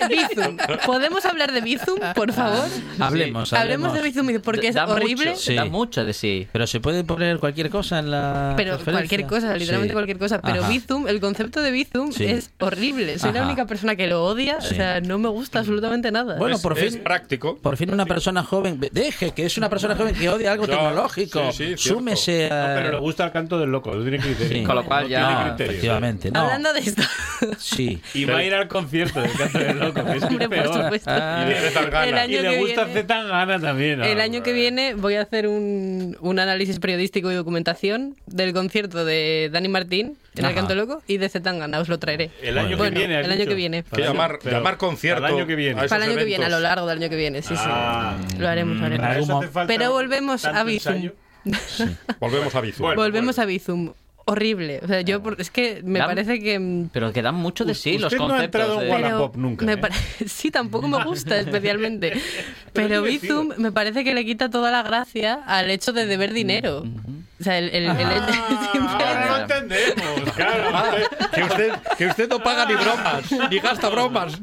S7: Bizum. ¿Podemos hablar de Bizum, por favor?
S2: Hablemos,
S7: Hablemos de Bizum porque es
S5: Da mucho,
S7: horrible.
S2: Sí.
S5: Da mucho de sí.
S2: Pero se puede poner cualquier cosa en la.
S7: Pero
S2: transferencia?
S7: cualquier cosa, literalmente
S2: Sí.
S7: cualquier cosa. Pero
S2: Ajá.
S7: Bizum, el concepto de Bizum
S2: Sí.
S7: es horrible. Soy la
S2: Ajá.
S7: única persona que lo odia.
S2: Sí.
S7: O sea, no me gusta absolutamente nada.
S2: Bueno,
S3: Es-
S2: por
S3: es
S2: fin-
S3: práctico.
S2: Por fin una persona joven. Deje que es una persona joven que odia algo
S3: Ya,
S2: tecnológico.
S3: sí, sí, cierto.
S2: Súmese a.
S4: Pero le gusta el canto del loco, no tiene criterio.
S2: Sí.
S5: Con lo cual
S4: No
S5: ya-
S4: tiene
S3: ¿eh?
S4: criterio.
S2: Efectivamente. No.
S7: Hablando de esto.
S2: Sí.
S4: Y va a ir al concierto del canto del loco, que es
S7: Hombre, por
S4: peor.
S7: supuesto.
S2: Ah.
S4: Y le-
S7: El año
S4: Y
S7: que
S4: le gusta
S7: viene-
S4: Zetangana también. ¿no?
S7: El año que viene voy a hacer un, un análisis periodístico y documentación del concierto de Dani Martín en
S2: Ajá.
S7: El Canto Loco y de Zetangana, os lo traeré.
S4: El año que
S7: Bueno,
S4: viene. has
S7: el año
S4: dicho.
S7: que viene.
S4: Para el año-
S3: Llamar-
S4: pero-
S3: llamar concierto
S4: para El año que viene.
S3: a esos
S7: Para el año que viene, a
S3: eventos.
S7: lo largo del año que viene, sí, sí.
S4: Ah.
S7: lo haremos, lo haremos.
S4: Para eso
S2: Algún
S4: hace falta
S7: Pero volvemos
S4: tanto
S7: a Bizum.
S4: ensayo.
S3: Volvemos a Bizu.
S4: Bueno.
S7: Volvemos a Bizum. Horrible. O sea, yo por- es que me
S5: Dan-
S7: parece que. mm,
S5: Pero que dan mucho de sí
S4: Usted
S5: los
S4: no ha
S5: conceptos.
S4: entrado en
S5: de-
S4: Wallapop. nunca,
S7: me
S4: ¿eh?
S7: pare- sí, tampoco me gusta especialmente.
S4: Pero
S7: Pero
S4: es divertido.
S7: Bizum me parece que le quita toda la gracia al hecho de
S4: Mm,
S7: deber dinero. O sea, el, el- el-
S4: mm-hmm. Ah. Ahora lo entendemos, claro.
S3: Que usted, que usted no paga ni bromas, ni gasta bromas.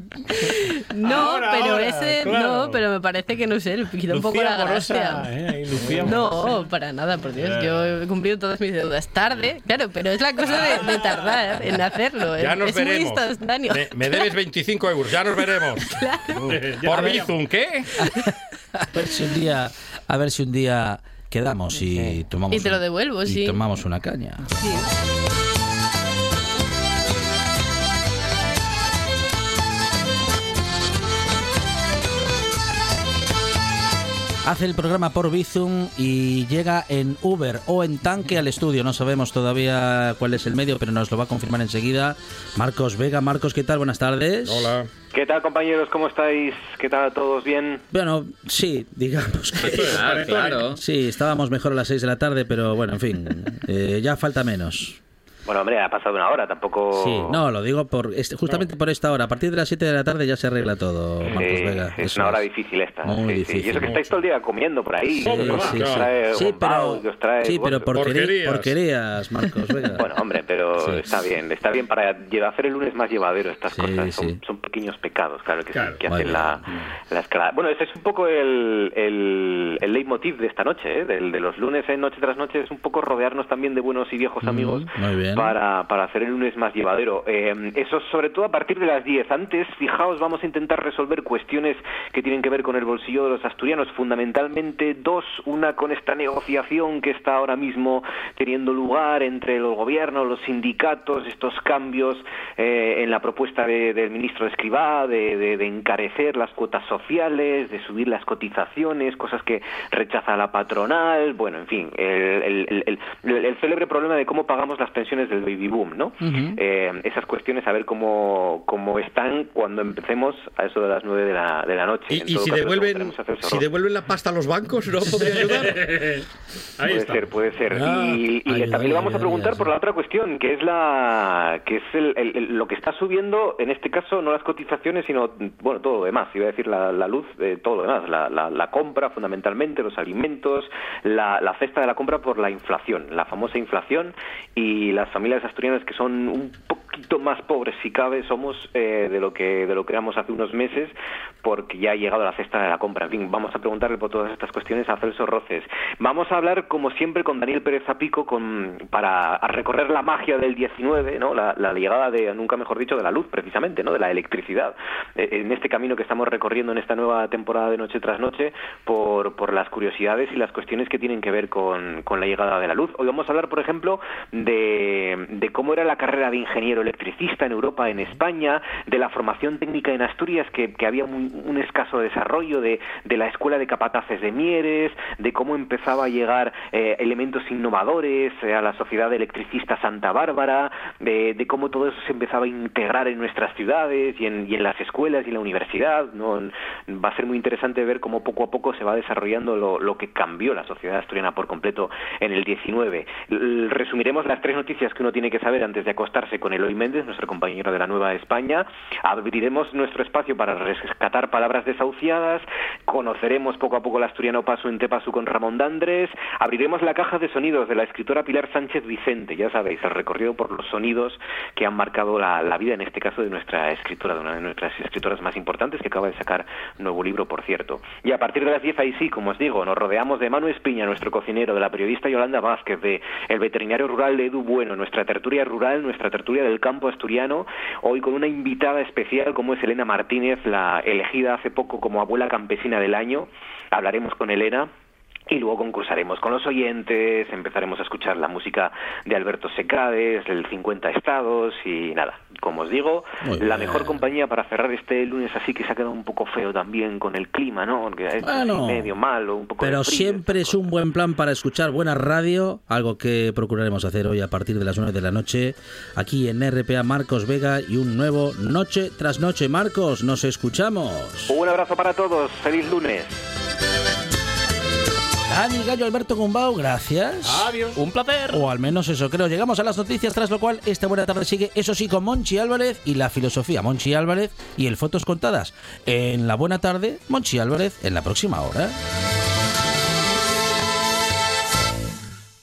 S7: No,
S4: Ahora,
S7: pero
S4: ahora,
S7: ese
S4: claro.
S7: no, pero me parece que no sé, le quita un poco la gracia.
S4: ¿eh? Lucía
S7: No, para nada, por Dios. Yo he cumplido todas mis deudas tarde, claro, pero es la cosa de, de tardar en hacerlo.
S3: Ya
S7: es-
S3: nos
S7: es
S3: veremos.
S7: muy instantáneo.
S3: Me, me debes 25 euros, ya nos veremos.
S7: Eh,
S4: Morrosa.
S3: Por Bizum, ¿qué?
S2: A ver si un día. A ver si un día quedamos y tomamos.
S7: Y te lo
S2: un-
S7: devuelvo,
S2: y
S7: sí.
S2: tomamos una caña.
S7: Sí.
S2: hace el programa por Bizum y llega en Uber o en tanque al estudio. No sabemos todavía cuál es el medio, pero nos lo va a confirmar enseguida. Marcos Vega, Marcos, ¿qué tal? Buenas tardes.
S3: Hola.
S7: ¿Qué tal compañeros? ¿Cómo estáis? ¿Qué tal a todos? ¿Bien?
S2: Bueno, sí, digamos que...
S4: Ah,
S5: Claro, claro.
S2: Sí, estábamos mejor a las 6 de la tarde, pero bueno, en fin, eh, ya falta menos.
S7: Bueno, hombre, ha pasado una hora, tampoco...
S2: Sí, no, lo digo por este- justamente por esta hora. A partir de las 7 de la tarde ya se arregla todo,
S7: Sí,
S2: Marcos Vega.
S7: es
S2: Eso
S7: una hora
S2: es.
S7: difícil esta.
S2: Muy
S7: sí, sí.
S2: difícil.
S7: Y eso que estáis todo el día comiendo por ahí.
S3: Sí,
S7: que os
S3: sí,
S7: trae
S2: Sí,
S7: bombao,
S2: pero,
S7: que os trae
S2: sí, pero
S7: vosotros.
S2: porquerí- porquerías.
S3: Porquerías.
S2: Marcos Vega.
S7: Bueno, hombre, pero está bien. Está bien para llevar- hacer el lunes más llevadero estas
S2: Sí,
S7: cosas. Son,
S2: sí.
S7: son pequeños pecados, claro que sí,
S4: Claro,
S7: que
S2: vale.
S7: hacen la, la escala. Bueno, ese es un poco el, el, el leitmotiv de esta noche, ¿eh? del- de los lunes en noche tras noche. Es un poco rodearnos también de buenos y viejos
S2: Mm,
S7: amigos
S2: muy bien.
S7: Para, para hacer el lunes más llevadero. Eh, eso sobre todo a partir de las 10. Antes, fijaos, vamos a intentar resolver cuestiones que tienen que ver con el bolsillo de los asturianos. Fundamentalmente dos, una con esta negociación que está ahora mismo teniendo lugar entre el gobierno, los sindicatos, estos cambios eh, en la propuesta de- del ministro Escribá de, de- de encarecer las cuotas sociales, de subir las cotizaciones, cosas que rechaza la patronal, bueno, en fin, el, el- el- el- el célebre problema de cómo pagamos las pensiones del baby boom, ¿no? Eh, esas cuestiones a ver cómo, cómo están cuando empecemos a eso de las 9 de la, de la noche. En
S3: Y, y
S7: todo
S3: si
S7: caso,
S3: devuelven,
S7: preguntaremos a Celso
S3: si
S7: Roth.
S3: devuelven la pasta a los bancos, ¿no? Podría ayudar.
S4: Ahí
S7: puede
S4: está.
S7: ser, puede ser.
S2: Ah,
S7: y y
S2: ayudaría,
S7: también le vamos a preguntar
S2: ayudaría,
S7: por
S2: sí.
S7: la otra cuestión, que es la que es el- el- el- lo que está subiendo, en este caso, no las cotizaciones, sino bueno todo lo demás. Iba a decir la, la luz, eh, todo lo demás, la, la- la compra fundamentalmente, los alimentos, la, la cesta de la compra por la inflación, la famosa inflación, y las familias asturianas que son un poquito más pobres, si cabe, somos eh, de lo que de lo que éramos hace unos meses, porque ya ha llegado la cesta de la compra. En fin, vamos a preguntarle por todas estas cuestiones a Celso Roces. Vamos a hablar, como siempre, con Daniel Pérez Zapico con, para a recorrer la magia del 19, ¿no? la, la llegada de, nunca mejor dicho, de la luz, precisamente, ¿no? de la electricidad. Eh, En este camino que estamos recorriendo en esta nueva temporada de Noche tras Noche, por, por las curiosidades y las cuestiones que tienen que ver con, con la llegada de la luz. Hoy vamos a hablar, por ejemplo, de, de cómo era la carrera de ingeniero electricista en Europa, en España, de la formación técnica en Asturias, que, que había un, un escaso desarrollo de, de la escuela de capataces de Mieres, de cómo empezaba a llegar eh, elementos innovadores eh, a la sociedad electricista Santa Bárbara, de, de cómo todo eso se empezaba a integrar en nuestras ciudades y en, y en las escuelas y en la universidad. ¿no? Va a ser muy interesante ver cómo poco a poco se va desarrollando lo, lo que cambió la sociedad asturiana por completo en el 19. L- Resumiremos las tres noticias que uno tiene que saber antes de acostarse con Eloy Méndez, nuestro compañero de la Nueva España. Abriremos nuestro espacio para rescatar palabras desahuciadas. Conoceremos poco a poco el asturiano paso en Tepasu con Ramón Dandres. Abriremos la caja de sonidos de la escritora Pilar Sánchez Vicente. Ya sabéis, el recorrido por los sonidos que han marcado la, la vida, en este caso, de nuestra escritora, de una de nuestras escritoras más importantes que acaba de sacar nuevo libro, por cierto. Y a partir de las 10, ahí sí, como os digo, nos rodeamos de Manu Espiña, nuestro cocinero, de la periodista Yolanda Vázquez, de el veterinario rural de Edu Bueno, nuestra tertulia rural, nuestra tertulia del campo asturiano, hoy con una invitada especial como es Elena Martínez, la elegida hace poco como abuela campesina del año. Hablaremos con Elena. Y luego concursaremos con los oyentes, empezaremos a escuchar la música de Alberto Secades, del 50 Estados y nada, como os digo,
S2: Muy
S7: la
S2: bien.
S7: mejor compañía para cerrar este lunes así que se ha quedado un poco feo también con el clima, ¿no? Porque es
S2: Bueno,
S7: medio malo, un poco de
S2: Pero
S7: frío,
S2: siempre es
S7: esas
S2: un buen plan para escuchar buena radio, algo que procuraremos hacer hoy a partir de las 9 de la noche, aquí en RPA Marcos Vega y un nuevo Noche tras Noche. Marcos, nos escuchamos.
S7: cosas. Un abrazo para todos, feliz lunes.
S2: Dani Gallo, Alberto Gumbau, gracias.
S4: Adiós.
S5: Un placer.
S2: O al menos eso creo. Llegamos a las noticias, tras lo cual esta buena tarde sigue, eso sí, con Monchi Álvarez y la filosofía Monchi Álvarez y el Fotos Contadas. En la buena tarde, Monchi Álvarez en la próxima hora.